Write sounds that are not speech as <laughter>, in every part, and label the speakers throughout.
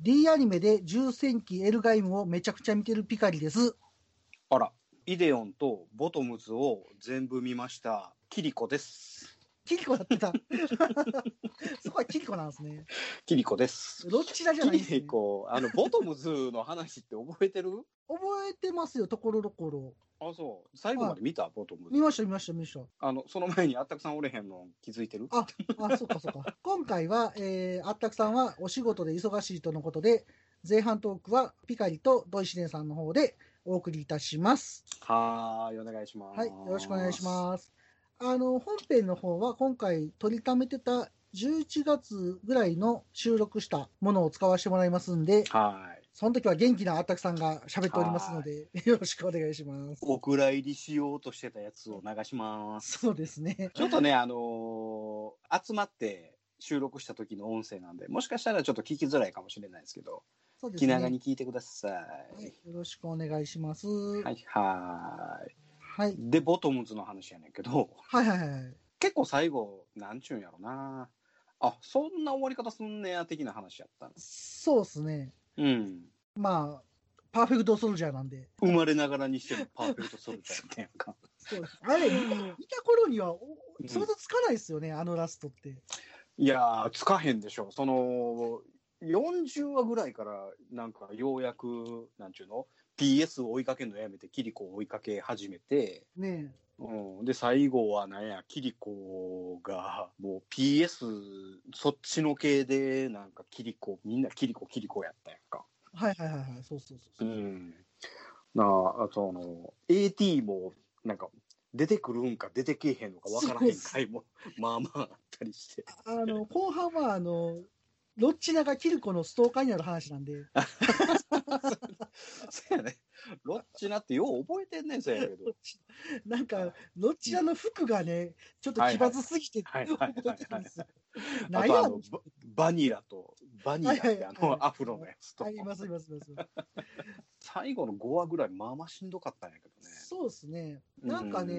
Speaker 1: D アニメで重戦記エルガイムをめちゃくちゃ見てるピカリです。
Speaker 2: あら、イデオンとボトムズを全部見ました。キリコです。
Speaker 1: キリコだって
Speaker 2: <laughs>
Speaker 1: た。そこはキリコなんですね。
Speaker 2: キリコです。
Speaker 1: ロッチラじゃないんです、ね
Speaker 2: キリ。コ、 <laughs> あの、ボトムズの話って覚えてる
Speaker 1: 覚えてますよ、ところどころ。
Speaker 2: あ、そう。最後まで見たボトム
Speaker 1: 見
Speaker 2: ズ。
Speaker 1: ました、見ました、見ました。
Speaker 2: あの、その前にあったくさんおれへんの気づいてる
Speaker 1: あ、あ、そっかそっ
Speaker 2: <laughs>
Speaker 1: か。今回は、えー、あったくさんはお仕事で忙しいとのことで、前半トークはピカリとドイシネさんの方でお送りいたします。
Speaker 2: はーい、お願いします。
Speaker 1: はい、よろしくお願いします。あの、本編の方は今回取りためてた11月ぐらいの収録したものを使わせてもらいますんで、
Speaker 2: す。はい。
Speaker 1: その時は元気なあったくさんが喋っておりますので、よろしくお願いします。
Speaker 2: お蔵入りしようとしてたやつを流します。
Speaker 1: そうですね。
Speaker 2: ちょっ <laughs> とね、あのー集まって収録した時の音声なんで、もしかしたらちょっと聞きづらいかもしれないですけど、
Speaker 1: そうです
Speaker 2: 気
Speaker 1: ね。
Speaker 2: 長に聞いてくださ。
Speaker 1: はいい、よろしくお願いします。
Speaker 2: は
Speaker 1: はい。
Speaker 2: いはーい。
Speaker 1: はい、
Speaker 2: で、ボトムズの話やねんけど、
Speaker 1: はい、はい。
Speaker 2: 結構最後、なんちゅうんやろな。あ、そんな終わり方すんねや、的な話やったんです。
Speaker 1: そうですね。
Speaker 2: うん。
Speaker 1: まあ、パーフェクトソルジャーなんで。
Speaker 2: 生まれながらにしてのパーフェクトソルジャーやったんやんか。
Speaker 1: そうですあれ、見た頃には、お
Speaker 2: うん
Speaker 1: 想像つかないですよね、あのラストって。
Speaker 2: いやー、つかへんでしょ。その、40話ぐらいから、なんか、ようやく、なんちゅうの ?PS を追いかけるのやめて、キリコを追いかけ始めて、
Speaker 1: ねえ
Speaker 2: うん、で、最後は、なんや、キリコが、もう PS、そっちの系で、なんか、キリコ、みんなキリコ、キリコやったやんか。
Speaker 1: はいはいはいはい、そうそうそう
Speaker 2: う
Speaker 1: そう。
Speaker 2: ん。なあ、あと、あの、AT も、なんか、出てくるんか出てけえへんのかわからへん回も、まあまああったりして。
Speaker 1: あの、後半は、あの、ロッチナがキルコのストーカーになる話なんで、
Speaker 2: そうやね。ロッチナってよう覚えてんねん、そうやけど。
Speaker 1: なんか、ロッチナの服がね、ちょっと奇抜すぎて、
Speaker 2: はい
Speaker 1: 覚
Speaker 2: はいはい
Speaker 1: えてるんですよ。
Speaker 2: あ
Speaker 1: 何
Speaker 2: とあ
Speaker 1: や
Speaker 2: の、ババニラと、バニラっ
Speaker 1: はいはい
Speaker 2: てあ
Speaker 1: はい
Speaker 2: の、アフロのやつと
Speaker 1: あ。ります、います、います。
Speaker 2: 最後の5話ぐらい、まあまあしんどかったんやけどね。
Speaker 1: そうですね。なんか
Speaker 2: う
Speaker 1: ね、い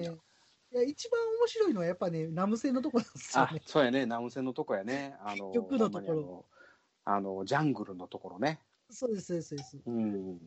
Speaker 1: や一番面白いのはやっぱね、ナムセのとこなんですよ
Speaker 2: あ
Speaker 1: ね。、
Speaker 2: そうやね、ナウンセのとこやね。あの、
Speaker 1: 結局のところ
Speaker 2: ほんまにあの。あの、ジャングルのところね。
Speaker 1: そうです、そうです、そうです。
Speaker 2: うん。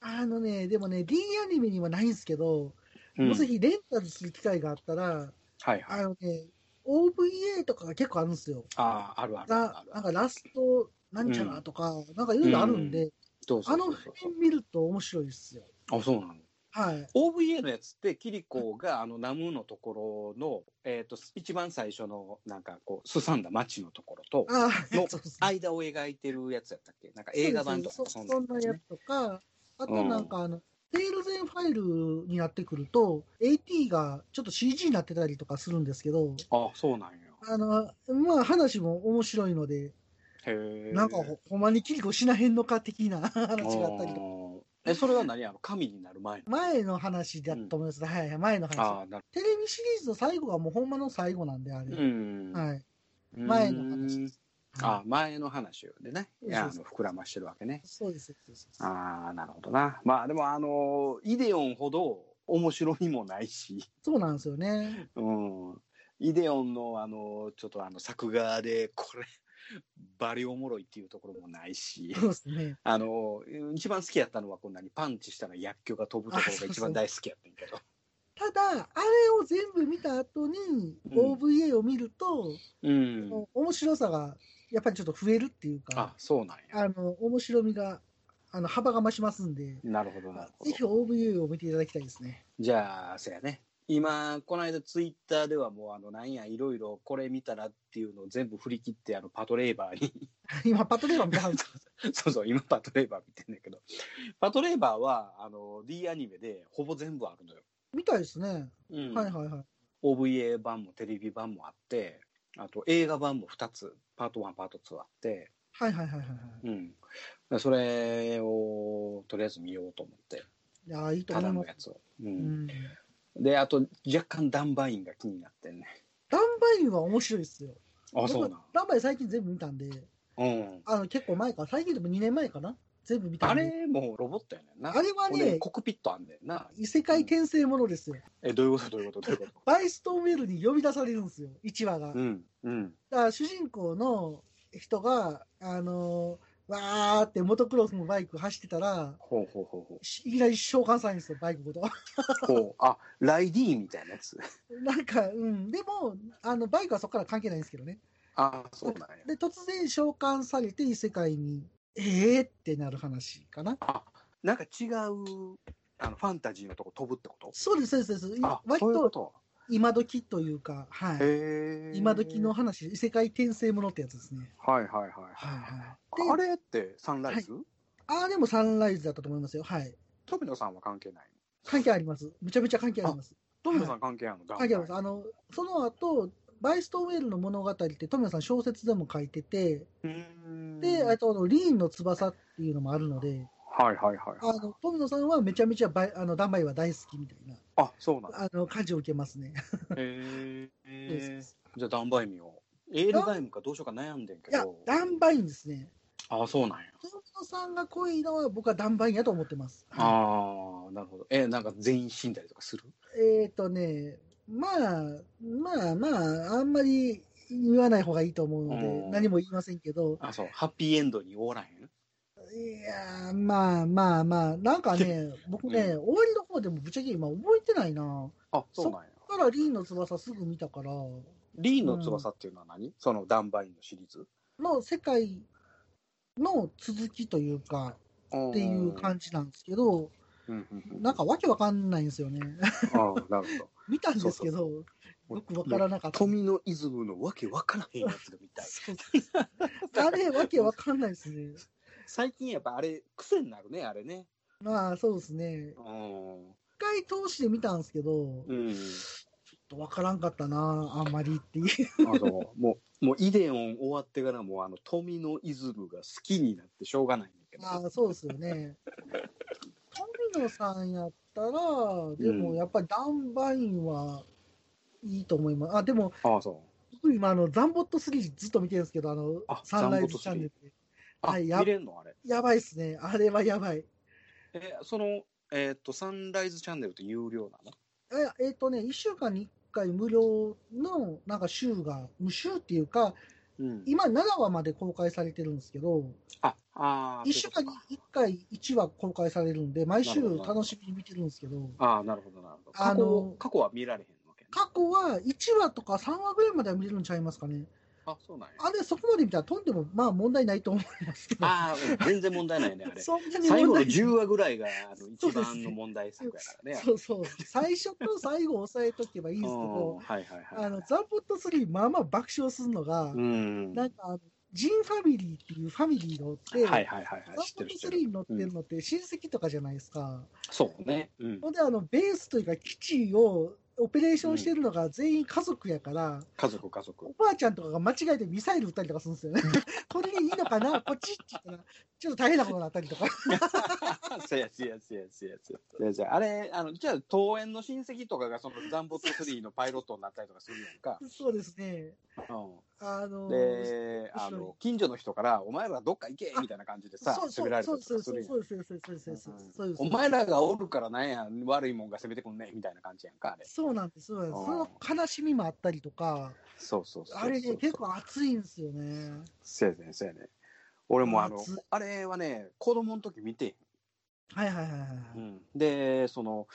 Speaker 1: あのね、でもね、D アニメにはないんですけど、
Speaker 2: うん
Speaker 1: もしひレンタルする機会があったら、
Speaker 2: はいはい。
Speaker 1: あのね、OVA とかが結構あるんですよ。
Speaker 2: ああ、あるあるあるあ
Speaker 1: が
Speaker 2: る。
Speaker 1: なんかラストなんちゃらとか、なんかいろいろあるんで、
Speaker 2: どうぞ
Speaker 1: あ
Speaker 2: ど
Speaker 1: の
Speaker 2: うぞどうぞ
Speaker 1: 辺見ると面白いですよ。
Speaker 2: あ、そうなの。
Speaker 1: はい。
Speaker 2: OVA のやつって、キリコがあのナムのところの、えっ、と、一番最初の、なんかこう、すさんだ街のところと、
Speaker 1: ああ、
Speaker 2: の
Speaker 1: <laughs> そうですね
Speaker 2: 間を描いてるやつやったっけなんか映画版とか
Speaker 1: そうです
Speaker 2: そ
Speaker 1: そそ
Speaker 2: んな
Speaker 1: ん
Speaker 2: ん
Speaker 1: な
Speaker 2: です
Speaker 1: や
Speaker 2: ね
Speaker 1: つとか、あとなんかあの、テールゼンファイルになってくると、AT がちょっと CG になってたりとかするんですけど、
Speaker 2: あ、そうなんや。
Speaker 1: あの、まあ話も面白いので、
Speaker 2: へえ。
Speaker 1: なんかほほんまにキリコしなへんのか的な話があったりとか。
Speaker 2: とか。え、それは何あの、神になる前の。
Speaker 1: 前の話だと思います。はいはい、前の
Speaker 2: あ
Speaker 1: 話。
Speaker 2: あ、なる
Speaker 1: テレビシリーズの最後がもうほんまの最後なんで、あれ。
Speaker 2: うん。
Speaker 1: はい。
Speaker 2: うん
Speaker 1: 前の話。
Speaker 2: あ前の話でね。いやあ
Speaker 1: そ
Speaker 2: の膨らましてるわけね。
Speaker 1: そうです、そうです。そうです
Speaker 2: ああ、なるほどな。まあでも、あの、イデオンほど面白みもないし、 <laughs>
Speaker 1: そうなんですよね。
Speaker 2: うん。イデオンの、あの、ちょっとあの、作画で、これ、 <laughs> バリおもろいっていうところもないし、 <laughs>
Speaker 1: そうですね。
Speaker 2: あの、一番好きやったのは、こんなにパンチしたら薬莢が飛ぶところが一番大好きやったんやけ
Speaker 1: <laughs>
Speaker 2: ど。
Speaker 1: ただ、あれを全部見た後に、OVA を見ると、
Speaker 2: うん。
Speaker 1: 面白さが、やっぱりちょっと増えるっていう
Speaker 2: あ
Speaker 1: か、、
Speaker 2: そうなんや。
Speaker 1: あの、面白みが、あの、幅が増しますんで、
Speaker 2: なるほど、なるほ
Speaker 1: ぜひ
Speaker 2: ど。
Speaker 1: OVA を見ていただきたいですね。 <laughs>
Speaker 2: じゃあ、せやね。今、この間ツイッターではもう、あの、なんや、いろいろこれ見たらっていうのを全部振り切って、あの、パトレーバーに <laughs>
Speaker 1: 今、パトレーバー見たはず。
Speaker 2: そうそう、今パトレーバー見てんだけど、パトレーバーは、あの、D アニメでほぼ全部あるのよ。
Speaker 1: <laughs> 見たいですね。
Speaker 2: うん
Speaker 1: はいはいはい。
Speaker 2: OVA 版もテレビ版もあって、あと映画版も2つ、パート1、パート2あって、
Speaker 1: はいはいはいはいはい。
Speaker 2: うん。それを、とりあえず見ようと思って、
Speaker 1: いやー、いいと
Speaker 2: た
Speaker 1: 思いま
Speaker 2: だの
Speaker 1: す
Speaker 2: や。つを。う。
Speaker 1: うんん。
Speaker 2: で、あと、若干ダンバインが気になってんね。
Speaker 1: ダンバインは面白いですよ。
Speaker 2: あ、そうな
Speaker 1: ダンバイン最近全部見たんで、
Speaker 2: ん。うん。
Speaker 1: あの、結構前か、最近でも2年前かな全部見た
Speaker 2: あ
Speaker 1: んで。
Speaker 2: れもロボットやねんな。
Speaker 1: あれはね
Speaker 2: ほんでコックピットあんねんな。
Speaker 1: 異世界転生ものですよ。
Speaker 2: え、どういうことどういうことどういうこと
Speaker 1: バイストンウェルに呼び出されるんですよ、1話が。
Speaker 2: うん。うん。
Speaker 1: だから主人公の人が、あのーわーってモトクロスのバイク走ってたら、
Speaker 2: ほうほうほうほ
Speaker 1: しいきなり召喚されるんですよ、バイクごと。 <laughs>
Speaker 2: う。ほう。あ、ライディーンみたいなやつ。
Speaker 1: なんか、うん、でも、あのバイクはそこから関係ないんですけどね。
Speaker 2: あ、そうなんや。
Speaker 1: で、突然召喚されて異世界に、えーってなる話かな。
Speaker 2: なんか違う、あの、ファンタジーのとこ飛ぶってこと
Speaker 1: そうです、そうです、そうです。
Speaker 2: あ
Speaker 1: 今、割
Speaker 2: そういう
Speaker 1: と
Speaker 2: こと。
Speaker 1: 今時というか、はい。
Speaker 2: へえ。
Speaker 1: 今時の。話、異世界転生ものってやつですね。
Speaker 2: はいはいはいは。
Speaker 1: はいはいい。
Speaker 2: あ
Speaker 1: で、
Speaker 2: れってサンライズ
Speaker 1: ああ、でもサンライズだったと思いますよ。はい。
Speaker 2: 富野さんは関係ない。
Speaker 1: 関係あります。めちゃめちゃ関係あります。
Speaker 2: 富野さん関係あるの
Speaker 1: 関係あります。あの、その後、バイストウェルの物語って、富野さん小説でも書いてて、
Speaker 2: うーん
Speaker 1: で、あとあの、リーンの翼っていうのもあるので、
Speaker 2: はいはいはい
Speaker 1: あ
Speaker 2: はい。
Speaker 1: の、富野さんはめちゃめちゃバイ、あの、ダンバイは大好きみたいな、
Speaker 2: あ、そうなんだ。
Speaker 1: あの、感じを受けますね。
Speaker 2: へえ
Speaker 1: そ。
Speaker 2: じゃあ、ダンバイミを。エールダイムかどうしようか悩んでんけ
Speaker 1: いや
Speaker 2: ど。、
Speaker 1: ダンバインですね。
Speaker 2: あ、そうなんや。
Speaker 1: 富野さんが濃いのは僕はダンバインやと思ってます。
Speaker 2: ああ、なるほど。え、なんか全員死んだりとかする
Speaker 1: えっ、とね、まあ、まあまあ、あんまり言わない方がいいと思うので、
Speaker 2: うん
Speaker 1: 何も言いませんけど、
Speaker 2: あ、そう。ハッピーエンドに終わらへん
Speaker 1: いやー、まあまあまあ、なんかね、僕ね、終わりの方でもぶっちゃけ今覚えてないな。
Speaker 2: あ、そうなんや。
Speaker 1: だから、リーンの翼すぐ見たから、
Speaker 2: リーの翼っていうのは何、そのダンバインのシリーズ
Speaker 1: の世界の続きというか、っていう感じなんですけど、
Speaker 2: じ。うんうんうん
Speaker 1: なんかわけわかんないんですよね。 <laughs>
Speaker 2: あーなるほど。
Speaker 1: 見たんですけど、よくわからなかった。
Speaker 2: 富のイズムのわけわからへんやつが見たい。
Speaker 1: そうそう <laughs> そうあれ、わけわかんないですね。
Speaker 2: 最近やっぱあれ、癖になるね、あれね。
Speaker 1: まあ、そうですね。
Speaker 2: うん。
Speaker 1: 一回通して見たんですけど、
Speaker 2: うん。
Speaker 1: わからんかったな、あんまりって
Speaker 2: <laughs>
Speaker 1: いう。
Speaker 2: あの、もう、もうイデオン終わってからもうあの、富のイズムが好きになってしょうがないんだけど。
Speaker 1: まあ、そうですよね。富野さんやったら、で
Speaker 2: うん
Speaker 1: もやっぱりダンバインはいいと思います。あ、でも、
Speaker 2: ああ、そう。
Speaker 1: 僕今、あの、ザンボット3ずっと見てるんですけど、あの
Speaker 2: あ、
Speaker 1: サンライ
Speaker 2: ザンボット
Speaker 1: ズ
Speaker 2: 3
Speaker 1: チャンネルで。
Speaker 2: あ、
Speaker 1: はいや
Speaker 2: 見れんのあれ。
Speaker 1: やばいっすね。あれはやばい。
Speaker 2: え、その、えーっと、サンライズチャンネルって有料なの
Speaker 1: ええっ、とね、1週間に1回無料の、なんか週が、無週っていうか、
Speaker 2: うん
Speaker 1: 今7話まで公開されてるんですけど、
Speaker 2: あ、あー
Speaker 1: 1週間に
Speaker 2: そういうことか
Speaker 1: 1回1話公開されるんで、毎週
Speaker 2: なるほど
Speaker 1: 楽しみに見てるんですけど、
Speaker 2: ああ、なるほど、なるほど。過
Speaker 1: あの
Speaker 2: 去過去は見られへんわけね。
Speaker 1: 過去は1話とか3話ぐらいまでは見れるんちゃいますかね。
Speaker 2: あ、そうなんや。
Speaker 1: あれ、そこまで見たら飛んでもまあ問題ないと思いますけど、
Speaker 2: ああ、全然問題ないね、あ
Speaker 1: <laughs>
Speaker 2: れ。
Speaker 1: そんなに
Speaker 2: 最後
Speaker 1: 問
Speaker 2: の
Speaker 1: 題ない。
Speaker 2: 10話ぐらいがあの
Speaker 1: そうで
Speaker 2: 一
Speaker 1: すね
Speaker 2: 番の問題作やからね。
Speaker 1: そうそう、最初と最後押さえとけばいいん
Speaker 2: う
Speaker 1: ですけ
Speaker 2: ん
Speaker 1: ど、
Speaker 2: はいはいはい。
Speaker 1: あのザンポット3、まあまあ爆笑するのが、
Speaker 2: うん。は
Speaker 1: なん
Speaker 2: い
Speaker 1: かあの、ジンファミリーっていうファミリーがおって、
Speaker 2: はいはいはい
Speaker 1: ザン。
Speaker 2: 知っ
Speaker 1: ポ
Speaker 2: て
Speaker 1: ッ
Speaker 2: る知
Speaker 1: ト
Speaker 2: ってる。
Speaker 1: 3に乗ってるのって親戚とかじゃないですか。
Speaker 2: そうね。うん。
Speaker 1: ほんで、あの、ベースというか、基地を、オペレーションしてるのが全員家族やから、
Speaker 2: 家族家族
Speaker 1: お。ばあちゃんとかが間違えてミサイル撃ったりとかするんですよ
Speaker 2: <laughs>
Speaker 1: ね。これでいいのかなこっちって言ったら、ちょっと大変なことになったり
Speaker 2: <laughs>
Speaker 1: とか。
Speaker 2: せやせやせやせやせや。せやせやあれ、あの、じゃあ、登園の親戚とかがそのザンボット3のパイロットになったりとかするやんか。
Speaker 1: そうですね。あの
Speaker 2: うん。で、
Speaker 1: 面白
Speaker 2: あ
Speaker 1: い
Speaker 2: の、近所の人から、お前らどっか行けみたいな感じでさ
Speaker 1: そう、そ
Speaker 2: 攻めら
Speaker 1: う
Speaker 2: れ
Speaker 1: そ
Speaker 2: た
Speaker 1: う
Speaker 2: りと
Speaker 1: そう
Speaker 2: かす
Speaker 1: そう
Speaker 2: るやん
Speaker 1: そうそうそうそうそうそうそうです
Speaker 2: お前らがおるからなんや、悪いもんが攻めてくんねみたいな感じやんか、あれ。
Speaker 1: そうなんです。そうなんです
Speaker 2: うん
Speaker 1: その悲しみもあったりとか、
Speaker 2: そうそうそうそう。
Speaker 1: あれね、結構熱いんですよね。
Speaker 2: せやねんせやねん俺もあの
Speaker 1: 夏
Speaker 2: あれはね子供の時見て
Speaker 1: はいはいはいはい
Speaker 2: ん、でその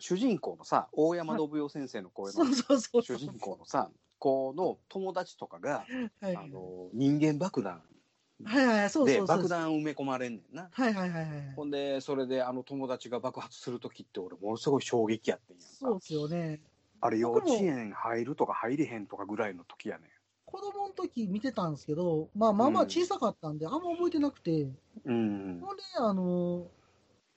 Speaker 2: 主人公のさ大山信代先生の
Speaker 1: はい。
Speaker 2: 声
Speaker 1: そ
Speaker 2: の
Speaker 1: うそうそう。
Speaker 2: 主人公のさ子の友達とかが、
Speaker 1: はい
Speaker 2: あの人間爆弾
Speaker 1: はいはいはい、そう
Speaker 2: で
Speaker 1: そうそう。
Speaker 2: 爆弾埋め込まれんねんな。
Speaker 1: はいはいはいはい。
Speaker 2: ほんでそれであの友達が爆発する時って俺ものすごい衝撃やってんやんか
Speaker 1: そうですよね。
Speaker 2: あれ幼
Speaker 1: 僕も
Speaker 2: 稚園入るとか入れへんとかぐらいの時やね
Speaker 1: 子供の時見てたんですけど、まあまあまあ小さかったんで、あんま覚えてなくて、
Speaker 2: ん。うん
Speaker 1: ほんで、あのー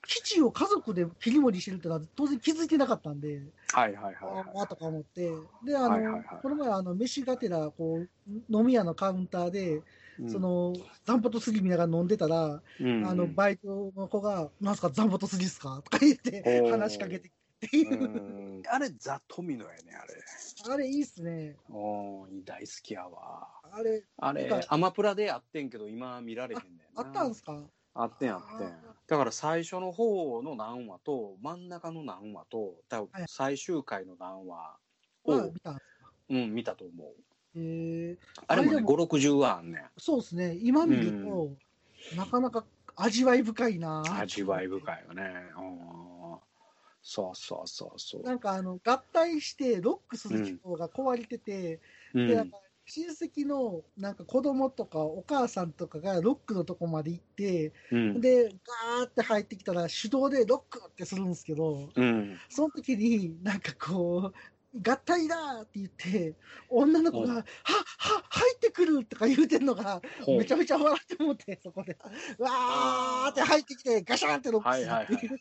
Speaker 1: 基地を家族で切り盛りしてるってのは当然気づいてなかったんで、
Speaker 2: はいはいはい
Speaker 1: あ
Speaker 2: はい
Speaker 1: あーとか思って、で、あのー
Speaker 2: はいはいはい
Speaker 1: この前、あの、飯がてら、こう、飲み屋のカウンターで、
Speaker 2: うん。
Speaker 1: その、ザンポとスリ見ながら飲んでたら、
Speaker 2: うん、
Speaker 1: あの、バイトの子が、なんすか、ザンポとスリっすかとか言って
Speaker 2: おー
Speaker 1: 話しかけてっていうう。
Speaker 2: んあれザ・トミノやねあれ。
Speaker 1: <laughs> あれ、いいっすね。
Speaker 2: おー大好きやわ。
Speaker 1: あれ、
Speaker 2: あれ
Speaker 1: なんか、
Speaker 2: アマプラでやってんけど、今見られへんねん
Speaker 1: あ
Speaker 2: な。
Speaker 1: ったんすか
Speaker 2: あってんあってん
Speaker 1: あ。
Speaker 2: だから最初の方の何話と、真ん中の何話と、多分
Speaker 1: はい
Speaker 2: 最終回の何話を、
Speaker 1: は見たんすか
Speaker 2: うん、見たと思う。
Speaker 1: へえ
Speaker 2: あれも
Speaker 1: あ
Speaker 2: ね、
Speaker 1: れで
Speaker 2: 5、60話あんねん。
Speaker 1: そうですね、今見ると、なかなか味わい深いな
Speaker 2: 味わい深いよね。うんそうそうそうそう。
Speaker 1: なんかあの合体してロック鈴木公が壊れてて、
Speaker 2: う
Speaker 1: でなん
Speaker 2: ん
Speaker 1: か親戚のなんか子供とかお母さんとかがロックのとこまで行って、
Speaker 2: うん
Speaker 1: でガーって入ってきたら手動でロックってするんですけど
Speaker 2: うん
Speaker 1: その時になんかこう。合体だって言って、女の子が、
Speaker 2: うん
Speaker 1: はは入ってくるとか言うてんのが、
Speaker 2: ほう
Speaker 1: めちゃめちゃ笑って思って、そこで。うわーって入ってきて、ガシャンってロック
Speaker 2: は
Speaker 1: す
Speaker 2: い
Speaker 1: る <laughs>
Speaker 2: はい
Speaker 1: っていう。
Speaker 2: は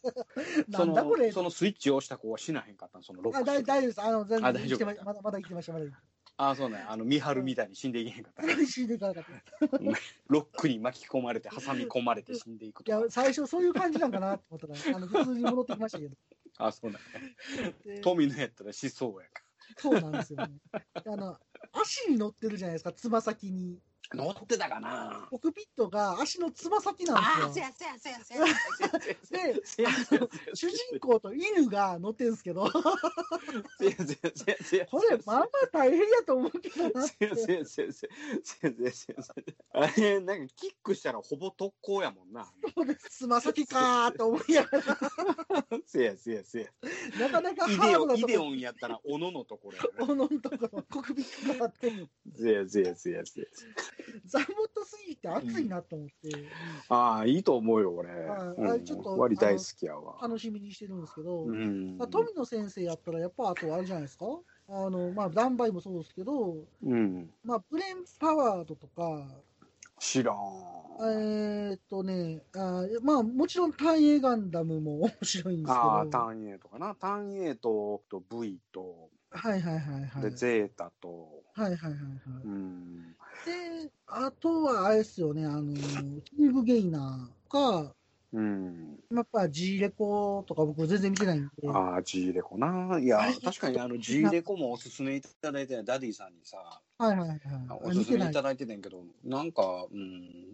Speaker 2: い。
Speaker 1: な
Speaker 2: そ
Speaker 1: んだこれ
Speaker 2: のそのスイッチを押した子は死なへんかったのそのロッ
Speaker 1: あ
Speaker 2: ク
Speaker 1: 大
Speaker 2: し
Speaker 1: 大丈夫
Speaker 2: て
Speaker 1: です。あの、全然
Speaker 2: あ
Speaker 1: 生
Speaker 2: 大
Speaker 1: き
Speaker 2: 丈
Speaker 1: てま
Speaker 2: 夫
Speaker 1: まだ、まだ生きてました、まだ生きて
Speaker 2: あそうねあの見張るみたいに死んでいけへん
Speaker 1: <laughs>
Speaker 2: かった
Speaker 1: ました。死んでいかなかった。
Speaker 2: ロックに巻き込まれて挟み込まれて死んでいく
Speaker 1: い
Speaker 2: と
Speaker 1: や
Speaker 2: か、
Speaker 1: 最初そういう感じなんかなと思ったら、あの、普通に戻ってきましたけど。
Speaker 2: あそうね
Speaker 1: <laughs> で
Speaker 2: 富野やったら死そうやか
Speaker 1: そうなんですよね。あの、足に乗ってるじゃないですか、つま先に。
Speaker 2: ら乗ってたかな
Speaker 1: コクピットが足のつま先なんですよ。
Speaker 2: せやせやせやせや
Speaker 1: で、
Speaker 2: せやせや
Speaker 1: 主人公と犬が乗ってるんですけど、こ
Speaker 2: せやせやせやせや
Speaker 1: れ、まあまあ大変やと思うけどなっ
Speaker 2: せ
Speaker 1: て
Speaker 2: や。せやせやせやせやせやあれなんかキックしたらほぼ特攻やもんな
Speaker 1: そうですつま先かーと思いなが
Speaker 2: せやせやせや
Speaker 1: ら、なかなか
Speaker 2: イ
Speaker 1: ハ
Speaker 2: デ
Speaker 1: ード
Speaker 2: オ
Speaker 1: な
Speaker 2: イ
Speaker 1: とこ
Speaker 2: デオンやったらおののところや
Speaker 1: おのんところ、コクピットがあって、
Speaker 2: なせやせやせやせや
Speaker 1: ザンボットすぎて熱いなと思って、
Speaker 2: ああいいと思うよ俺、
Speaker 1: はいあ
Speaker 2: う
Speaker 1: れ
Speaker 2: ん、
Speaker 1: ちょっと
Speaker 2: 割大好きやわ
Speaker 1: 楽しみにしてるんですけど、
Speaker 2: うん
Speaker 1: まあ、富野先生やったら、やっぱあとあれじゃないですか、あのまあ、ダンバイもそうですけど、
Speaker 2: うん
Speaker 1: まあ、ブレンパワードとか、
Speaker 2: 知らん
Speaker 1: えーっとね、あーまあ、もちろん単影ガンダムも面白いんですけど、
Speaker 2: ああ
Speaker 1: は
Speaker 2: 単影とかな単影とと V と
Speaker 1: いはいはいはい。
Speaker 2: でゼータと、
Speaker 1: はいはいはいはい。
Speaker 2: うん
Speaker 1: で、あとはあれですよね、あの、キングゲイナーとか、
Speaker 2: うん、
Speaker 1: やっぱ G レコとか僕全然見てないんで、
Speaker 2: ああ G レコないや
Speaker 1: あれ
Speaker 2: 確かにあの G レコもおすすめいただいてたダディさんにさ
Speaker 1: はいはいはい。
Speaker 2: お
Speaker 1: あ
Speaker 2: す
Speaker 1: 見
Speaker 2: す
Speaker 1: て
Speaker 2: め
Speaker 1: ない
Speaker 2: いただいてたんやけどなんかう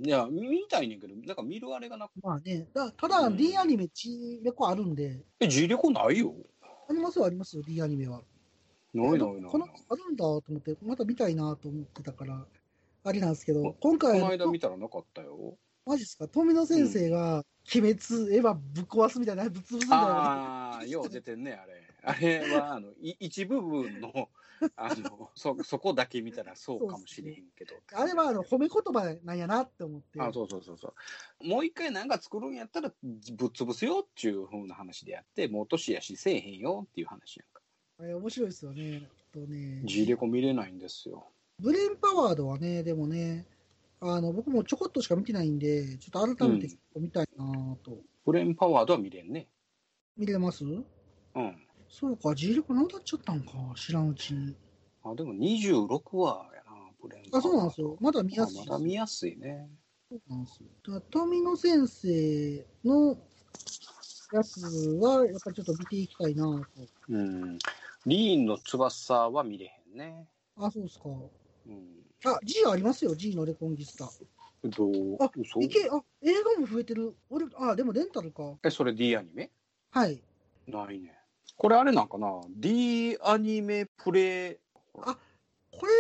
Speaker 2: んいや見たいねんけどなんか見るあれがなく
Speaker 1: まあね、だただ
Speaker 2: うん
Speaker 1: D アニメ、G レコあるんで、
Speaker 2: え G レコないよ
Speaker 1: ありますよ、ありますよ、D アニメは。
Speaker 2: ないないないない
Speaker 1: このあるんだと思って、また見たいなと思ってたから、あれなんですけ
Speaker 2: ま
Speaker 1: ど、今回
Speaker 2: この間
Speaker 1: の、
Speaker 2: 見たらなかったよ。
Speaker 1: マジですか、富野先生が、鬼滅、エヴァぶっ壊すみたいな、ぶっ潰すみたいな、
Speaker 2: ああ、よう出てんね、あれ。あれは、あの、い一部分の、あの、そ、そこだけ見たらそうかもしれへんけど。
Speaker 1: あれはあの褒め言葉なんやなって思って、
Speaker 2: あそうそうそうそう。もう一回なんか作るんやったら、ぶっ潰すよっていうふうな話でやって、もう年やしせえへんよっていう話やんか。
Speaker 1: あれ面白いですよね。あとね、
Speaker 2: G レコ見れないんですよ。
Speaker 1: ブレインパワードはね、でもね、あの僕もちょこっとしか見てないんで、ちょっと改めてちょっと見たいなと、
Speaker 2: ブレインパワードは見れんね。
Speaker 1: 見れます
Speaker 2: うん。
Speaker 1: そうか、G 力なくなっちゃったんか、知らんうちに。
Speaker 2: あ、でも26話やな、ブレインパ
Speaker 1: あ、
Speaker 2: ワード。
Speaker 1: そうなんですよ。まだ見やすい
Speaker 2: あ
Speaker 1: です。
Speaker 2: まだ見やすいね。
Speaker 1: そうなんですよ。だから富野先生のやつは、やっぱりちょっと見ていきたいなと。
Speaker 2: うん。リーンの翼は見れへんね。
Speaker 1: あ、そうですか。
Speaker 2: うん。
Speaker 1: あ、G ありますよ、G のレコンギスタ。
Speaker 2: どう
Speaker 1: あ
Speaker 2: 嘘
Speaker 1: いけ、あ、映画も増えてる。俺、あ、でもレンタルか。
Speaker 2: え、それ D アニメ
Speaker 1: はい。
Speaker 2: ないね。これあれなんかな ?D アニメプレイ。
Speaker 1: これ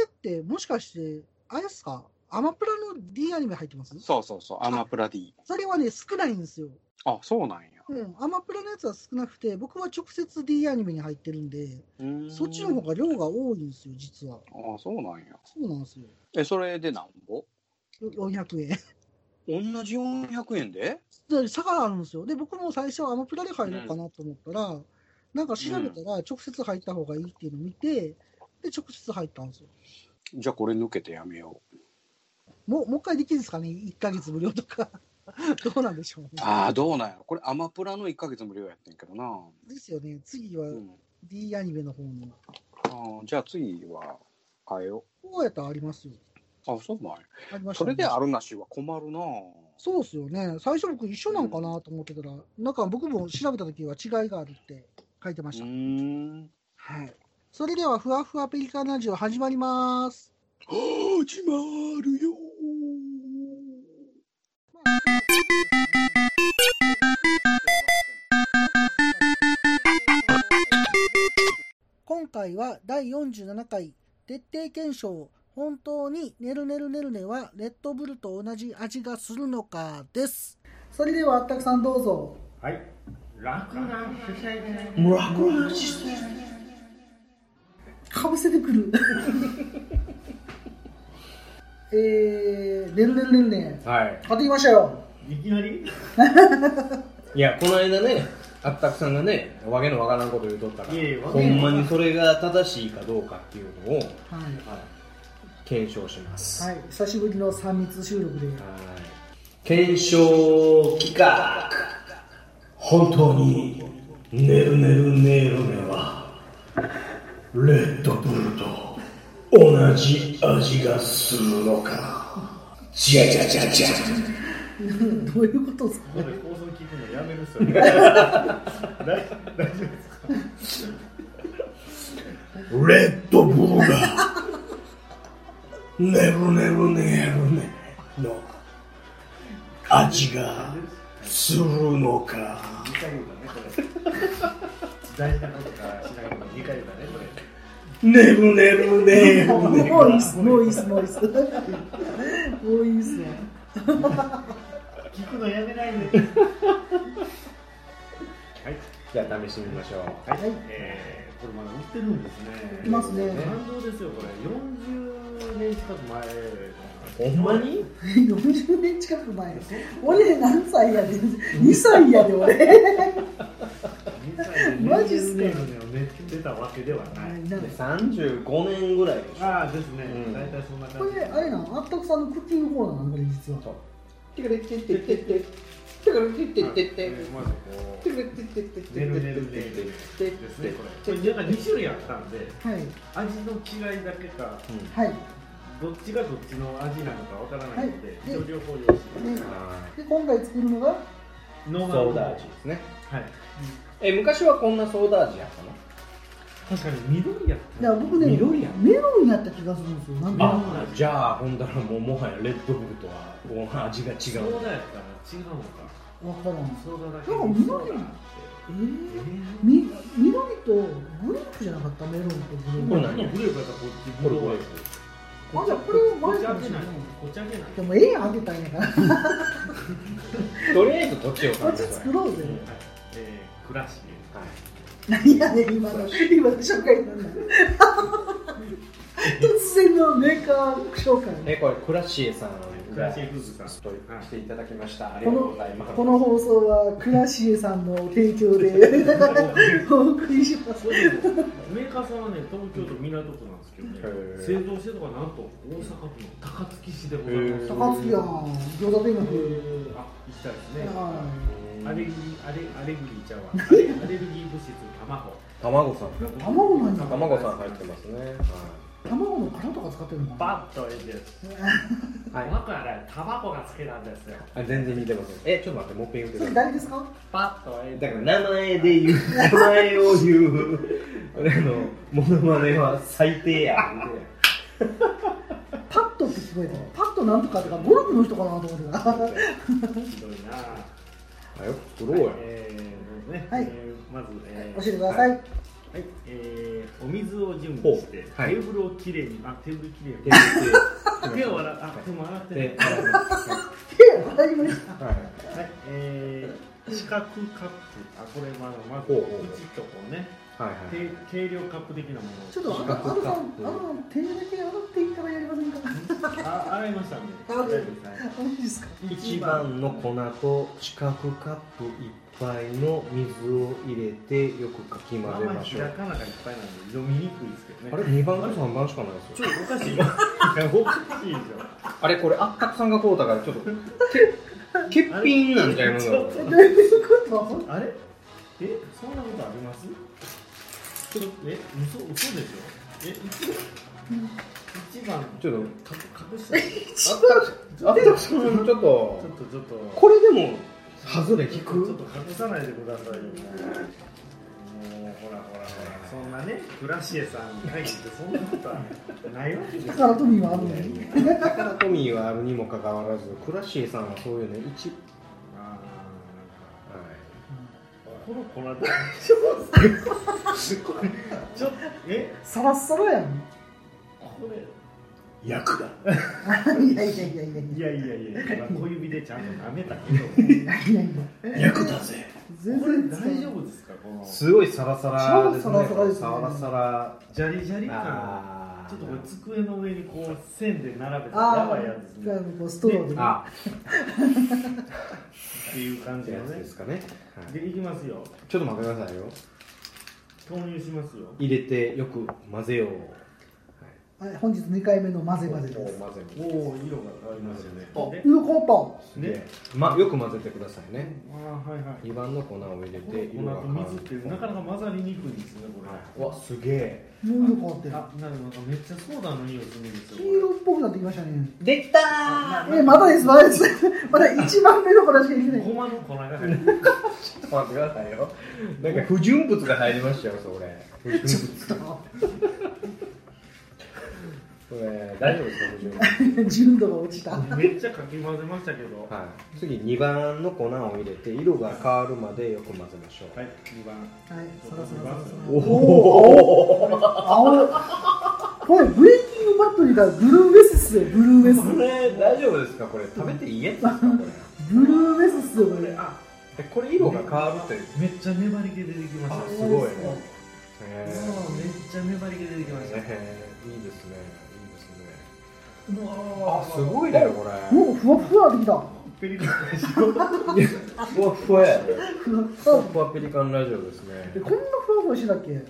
Speaker 1: って、もしかして、あれですかアマプラの D アニメ入ってます
Speaker 2: そうそうそう、アマプラ D。
Speaker 1: それはね、少ないんですよ。
Speaker 2: あ、そうなんや。
Speaker 1: うん、アマプラのやつは少なくて、僕は直接 D アニメに入ってるんで、
Speaker 2: うーん
Speaker 1: そっちの方が量が多いんですよ、実は。
Speaker 2: あ、そうなんや。
Speaker 1: そうなんですよ。
Speaker 2: え、それでなんぼ
Speaker 1: 400円。 <laughs>
Speaker 2: 同じ400円で
Speaker 1: で差があるんですよ。で、僕も最初はアマプラで入ろうかなと思ったら、なんか調べたら直接入った方がいいっていうのを見て、で、直接入ったんですよ。
Speaker 2: じゃあこれ抜けてやめよう。
Speaker 1: もう、もう一回できるんですかね ?1 ヶ月無料とか。 <laughs> どうなんでしょうね。
Speaker 2: ああ、どうなんやろ。これアマプラの1ヶ月無料やってんけどな。
Speaker 1: ですよね。次は
Speaker 2: うん
Speaker 1: D アニメの方に。
Speaker 2: あーじゃあ次は変えよ
Speaker 1: こうやったらありますよ。
Speaker 2: う。あ、そうなんや。
Speaker 1: ありました、
Speaker 2: それであるなしは困るな。
Speaker 1: そうですよね。最初僕一緒なんかなと思ってたら、なんか僕も調べた時は違いがあるって書いてま
Speaker 2: う
Speaker 1: した。
Speaker 2: ーん。
Speaker 1: はい。それでは、ふわふわペリカンラジオ始まります。
Speaker 2: 始まるよ
Speaker 1: 今回は第47回徹底検証本当にねるねるねるねはレッドブルと同じ味がするのかです。それではあったくさんどうぞ。
Speaker 3: はい。楽な姿勢で。
Speaker 1: 楽な姿勢。かぶせてく <laughs> る。えー、ねるねるねるね。
Speaker 3: は
Speaker 1: 買ってきましたよ。
Speaker 3: い。いきなりいや、この間ね、あったくさんがね、わけのわからんこと言うとったから、
Speaker 4: いえいえわ
Speaker 3: ほ
Speaker 4: け
Speaker 3: ん
Speaker 4: のわ
Speaker 3: ま
Speaker 4: からん
Speaker 3: にそれが正しいかどうかっていうのを、はい、
Speaker 1: はい。
Speaker 3: 検証します。
Speaker 1: はい、久しぶりの三密収録で。
Speaker 3: はい検証企画本当にねるねるねるねはレッドブルと同じ味がするのかじゃじゃじゃじゃ
Speaker 1: どういうことですか
Speaker 4: こ
Speaker 1: ね
Speaker 4: こで放送聞くのやめるっすよね。大大丈夫ですか
Speaker 3: レッドブ
Speaker 1: <laughs>
Speaker 3: ルがねるねるねるねの味がするの
Speaker 1: <laughs>
Speaker 3: か
Speaker 4: 二回言うからね、これ。大事なことからしないこと二回言うからね、これ。
Speaker 3: ねるねるねるね
Speaker 1: もうもういいっす、もういいっす、もういいっす。もういいっすわ。
Speaker 4: 聞くのやめないで。はい。
Speaker 3: じゃあ試してみましょう
Speaker 1: はい
Speaker 4: えー、これまだ売ってるんですね。売
Speaker 1: ってますね
Speaker 4: 感動ですよ、これ。40年近く前の
Speaker 3: ほんまに
Speaker 1: 40年近く前俺何歳やで2歳やで俺
Speaker 4: 2歳で
Speaker 1: マジっすか
Speaker 4: 20年のね、出たわけではない。
Speaker 1: な
Speaker 3: 35年ぐらいでしょ
Speaker 4: ああ、ですね
Speaker 3: うん。
Speaker 4: 大体そんな
Speaker 1: こ
Speaker 4: 感じ。
Speaker 1: れあれなんあったくさんのクッキングコーナーなんこれ実は
Speaker 3: てくれてってってっててくれてってってって
Speaker 4: えーまずこう
Speaker 3: てくれてってってって
Speaker 4: ねるねるねるねですね、これ。これなんか2種類あったんで、
Speaker 1: はい
Speaker 4: 味の違いだけか、
Speaker 1: はい
Speaker 4: どっちがどっちの味なのかわからないので、
Speaker 1: はい
Speaker 4: 一応両方用意してます
Speaker 1: でで今回作るのが
Speaker 4: ノ
Speaker 3: ソー
Speaker 4: ンアルコール
Speaker 3: ダ
Speaker 4: はい
Speaker 3: 味ですねえ昔はこんなソーダ味やったの
Speaker 4: 確かに緑やった
Speaker 1: いや僕ね
Speaker 3: 緑や
Speaker 1: メロンやった気がするんですよなん
Speaker 4: あ
Speaker 1: か
Speaker 3: あじゃあほんだらもうもはやレッドブルとはもう味が違
Speaker 4: ソ
Speaker 3: う
Speaker 4: ーダやったら違うのか
Speaker 1: 分からん
Speaker 4: ソーダだけ
Speaker 1: なんか緑
Speaker 4: ソーダって
Speaker 1: え
Speaker 4: え
Speaker 1: ー、
Speaker 4: ー
Speaker 1: み緑とグレープじゃなかったメロンとグ
Speaker 3: こ
Speaker 1: レ
Speaker 3: れ
Speaker 1: ープ
Speaker 3: 何
Speaker 4: ブレープやったらこっちブ
Speaker 3: これ
Speaker 4: ルー
Speaker 3: これ
Speaker 4: こ
Speaker 1: あ
Speaker 4: っち
Speaker 1: じゃあこれを
Speaker 4: こっち
Speaker 1: 前
Speaker 4: 開
Speaker 1: に
Speaker 4: けないこっち開けない
Speaker 1: でもええやんあげたいんやから
Speaker 3: とりあえずこっちを
Speaker 1: こっち作ろうぜ
Speaker 4: はいえークラシ
Speaker 1: 何やねん今の今の紹介なんだ突然のメーカー紹介
Speaker 3: えこれクラシエさん
Speaker 4: クラ
Speaker 3: が
Speaker 4: シエフーズさん
Speaker 3: としていただきましたあり
Speaker 1: こ
Speaker 3: がとう
Speaker 1: の
Speaker 3: ございます
Speaker 1: この放送はクラシエさんの提供でお送りします
Speaker 4: これでもメーカーさんはね東京都港区なんですけどね
Speaker 3: へー
Speaker 4: 製造してるのがなんと大阪府の高槻市でございます
Speaker 3: へー
Speaker 1: 高槻やん餃子天国
Speaker 4: あ行きたいですね
Speaker 1: は
Speaker 4: アレルギー、アレ、アレルギー
Speaker 1: <laughs>
Speaker 4: ちゃうわ。アレアレルギー物質、卵。
Speaker 3: 卵さん
Speaker 1: 卵なんや
Speaker 3: 卵さん入ってますねはい
Speaker 1: い卵の殻とか使ってるのか
Speaker 4: バッと絵です。
Speaker 3: は
Speaker 4: はいい。卵やない、卵が好きなんですよ。
Speaker 3: あ全然似てますえちょっと待ってもう一回言って
Speaker 1: な
Speaker 3: く
Speaker 1: それ誰
Speaker 3: ださい
Speaker 1: ですか
Speaker 4: バッと絵
Speaker 3: だ
Speaker 4: で
Speaker 3: から名前で言う名前を言うあのモノマネは最低や
Speaker 1: パッとって聞こえたパッとなんとかとかゴルフの人かなと思ってたは
Speaker 4: す。ひどいな。
Speaker 3: あよ作ろうや
Speaker 4: はいえー、ね、
Speaker 1: はい
Speaker 4: えーまず、え
Speaker 1: い教
Speaker 4: ー、
Speaker 1: えてください、
Speaker 4: はい。はいえー、お水を準備して、
Speaker 3: ほうはい
Speaker 4: テーブルをきれいに、あ、テーブルきれいに。手を洗う、あ、手も洗ってね
Speaker 3: で。は
Speaker 1: 手洗いました
Speaker 3: い
Speaker 4: はい、えー、四角カップ、あ、これ、まだ、まず、
Speaker 3: ほうほう
Speaker 4: 縁とこうね、
Speaker 3: はいはい
Speaker 4: 軽軽量カップ的なものを。
Speaker 1: ちょっとあのあのさんあの手だけ洗っていいからやりませんか
Speaker 4: あ、洗いましたね。
Speaker 1: あ
Speaker 4: 大丈夫です。はい
Speaker 1: マジですか
Speaker 3: 一番の粉と四角カップ一杯の水を入れてよくかき
Speaker 4: まあ
Speaker 3: 混ぜ
Speaker 4: まあ
Speaker 3: ま
Speaker 4: ひ
Speaker 3: しょ
Speaker 4: ら
Speaker 3: う
Speaker 4: かながいっぱいなんで読みにくいですけどね。
Speaker 3: あれ二番か三番しかないです
Speaker 4: ち
Speaker 3: よ
Speaker 4: ょっとおかしい。いやおかしいでし
Speaker 3: あれこれあったくさんが買うたからちょっと欠品なんちゃいます
Speaker 4: ちょっと
Speaker 1: どういうこと
Speaker 4: ょ。あれ？えそんなことあります？ちょっとえ嘘嘘でしょ？え一一番
Speaker 3: ちょっと
Speaker 4: か隠した。ち
Speaker 3: あったあったそのちょ
Speaker 4: ょっ
Speaker 3: っと
Speaker 4: とちょっと
Speaker 3: これでも外れ
Speaker 4: ちょ
Speaker 3: 引
Speaker 4: っとちょっ
Speaker 3: く
Speaker 4: と隠さないでくださいよ。もうほらほらほらそんなねグラシエさんに限ってそんなことはないわけです
Speaker 1: 宝富はあるのに
Speaker 3: だからトミーはあるにもかかわらずクラシエさんはそういうね一
Speaker 4: あーなんかコロコロだちょっとえ
Speaker 1: サラッサラやん
Speaker 4: これ
Speaker 5: 役だ
Speaker 1: いやいやいやいやい
Speaker 4: い
Speaker 1: や
Speaker 4: やいやいや、今小指でちゃんと舐めたけど、
Speaker 1: いやいやいや
Speaker 5: 役だぜ
Speaker 1: 全
Speaker 4: これ
Speaker 1: 然
Speaker 4: 大丈夫ですか、この。
Speaker 3: すごいサラサラですね。
Speaker 1: 超サラサラですね
Speaker 3: サラサラ
Speaker 4: ジャリジャリ感。
Speaker 3: あー
Speaker 4: ちょっとこれ机の上にこう線で並べたらや
Speaker 1: ああ
Speaker 4: ばいやつですね。っ
Speaker 1: こうストローで
Speaker 3: あ
Speaker 4: ていう感じ
Speaker 3: や
Speaker 4: の
Speaker 3: つ
Speaker 4: ね
Speaker 3: で。すかね、はい
Speaker 4: で、いきますよ。
Speaker 3: ちょっと待ってくださいよ
Speaker 4: 投入しますよ。
Speaker 3: 入れてよく混ぜよう
Speaker 1: はい本日2回目の混ぜ混ぜです
Speaker 3: 混ぜ
Speaker 4: おお、色が変わりましたね。
Speaker 1: うコンポ
Speaker 4: で、
Speaker 3: で
Speaker 4: で、、
Speaker 3: ま、よく混ぜてくださいね
Speaker 4: あーはいはい。
Speaker 3: 二番の粉を入れ
Speaker 4: こ
Speaker 3: て色
Speaker 4: の
Speaker 3: が
Speaker 4: 後
Speaker 3: 変わ
Speaker 4: 水ってなかなか混ざりにくいんですね、これ。
Speaker 3: るわすげえ
Speaker 1: ンもう色変わってる
Speaker 4: あ、なるほど。めっちゃソーダのいいおするんですよ。
Speaker 1: 黄色っぽくなってきましたね
Speaker 3: できた
Speaker 1: えまだですまだですまだ1番目の子らしか言ってない
Speaker 4: ごまの粉が入る。
Speaker 3: ちょっと待ってくださいよ <laughs> なんか不純物が入りましたよそれ不純物これ大丈夫ですか不純物
Speaker 1: 純度が落ちた
Speaker 4: めっちゃかき混ぜましたけど。は
Speaker 3: はい次二番の粉を入れて色が変わるまでよく混ぜましょう、
Speaker 4: い、2番。
Speaker 1: はい、そろそろそろそろ。
Speaker 3: お
Speaker 1: あおい、これブレイキングバッドにいたらブルーベスっすよ、ブルーベス。
Speaker 3: これ大丈夫ですかこれ食べていいやつですかこ
Speaker 1: ブルーベスっすよ、これ。
Speaker 4: あ、
Speaker 3: れこれ色が変わるって
Speaker 4: めっちゃ粘り気出てきました。
Speaker 3: あ
Speaker 4: う
Speaker 3: す
Speaker 4: ん
Speaker 3: ごいねへ
Speaker 4: めっちゃ粘り気出てきました。
Speaker 3: えいいですねいいですね
Speaker 4: うわ
Speaker 3: あすごいだよこ
Speaker 1: う
Speaker 3: れ
Speaker 1: わ、ふわふわできた。
Speaker 4: ペリカンラジ
Speaker 3: ふわふわや
Speaker 1: ふわ
Speaker 3: ふ
Speaker 1: ふ
Speaker 3: わ
Speaker 1: わ。
Speaker 3: ふわペリカンラジオですね
Speaker 1: えこんなふわふわしてたっけ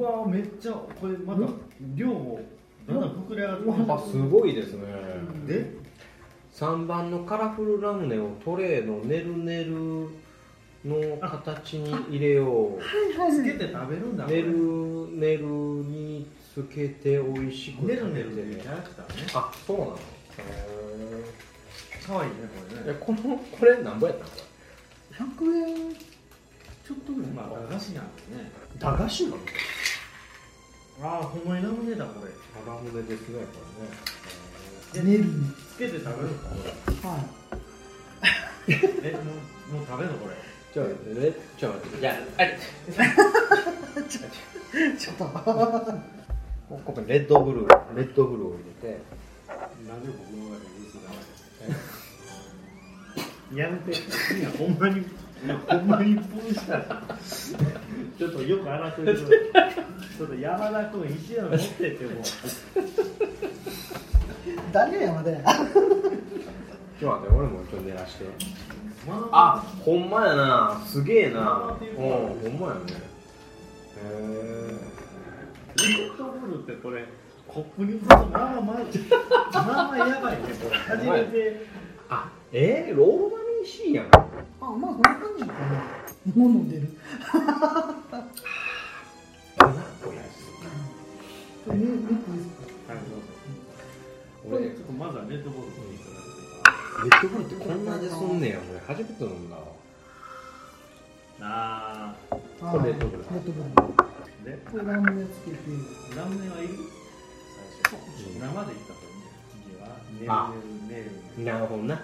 Speaker 4: オうわめっちゃ、これまた量もだんだん膨れ上がってきま
Speaker 3: あ
Speaker 4: し
Speaker 3: すごいですね
Speaker 4: た。で、
Speaker 3: 3番のカラフルラムネをトレーのねるねるの形に入れよう
Speaker 1: はい
Speaker 4: つ
Speaker 1: は
Speaker 4: け
Speaker 1: い。
Speaker 4: て食べるんだ。
Speaker 3: ねるねるにつけて美味し
Speaker 4: ね
Speaker 3: く
Speaker 4: る
Speaker 3: 食
Speaker 4: ね
Speaker 3: べ
Speaker 4: るって
Speaker 3: て
Speaker 4: いうキ
Speaker 3: ね
Speaker 4: ャラクターね。
Speaker 3: あそうなのへえ
Speaker 4: 可愛いね、これ
Speaker 3: え
Speaker 4: ね。
Speaker 3: このこれなんぼやったのこ
Speaker 1: 100円ちょっとぐらい。
Speaker 4: まあ、駄菓子なんですね。
Speaker 3: れ駄菓子なの
Speaker 4: ああ、ほんまにラムネだ、これ。
Speaker 3: ラムネですねこ
Speaker 1: ネル
Speaker 4: つけて食べるのこれ。
Speaker 1: は
Speaker 4: え、もう、もう食べるのこれ。
Speaker 3: れねじゃあえちょっと待ってじゃああれ
Speaker 1: <laughs> い。ちょっと。は
Speaker 3: ここにレッドブルーレッドブルーを入れて
Speaker 4: なんで僕の中で嘘だめやめて、いや、ほんまに、いや、ほんまにプーしたちょっとよく洗っといてくださいちょっと山田君、一応持ってっても、
Speaker 1: い誰が山で。
Speaker 3: ちょっと待って俺もちょっと寝らして
Speaker 4: まあ、
Speaker 3: あほんまやなすげえな
Speaker 4: っていううんか
Speaker 3: ほんまやねへ
Speaker 4: リットブルってこれ、コップに移すの、まあまあ、まあまあやばいね、これ、初めて、
Speaker 3: えあえー、ローマミン C やん
Speaker 1: あ、まあそんな感じかな。もう飲んでる。ね、ネックですか
Speaker 4: あのこ
Speaker 3: 俺
Speaker 4: れ、
Speaker 3: レ
Speaker 4: ちょっとまずはレッドボールをいただいて。
Speaker 3: ッドブルーってこんな味すんねや俺初めて飲んだわ
Speaker 4: あ
Speaker 1: あ
Speaker 3: こ
Speaker 1: ー
Speaker 3: れレッドブル
Speaker 1: レッドブル
Speaker 4: ーで
Speaker 1: これラムネつけて。
Speaker 4: ラムネはいる最初生でいったとね次は
Speaker 3: あ
Speaker 4: ねるねるね
Speaker 3: なるほどな
Speaker 4: る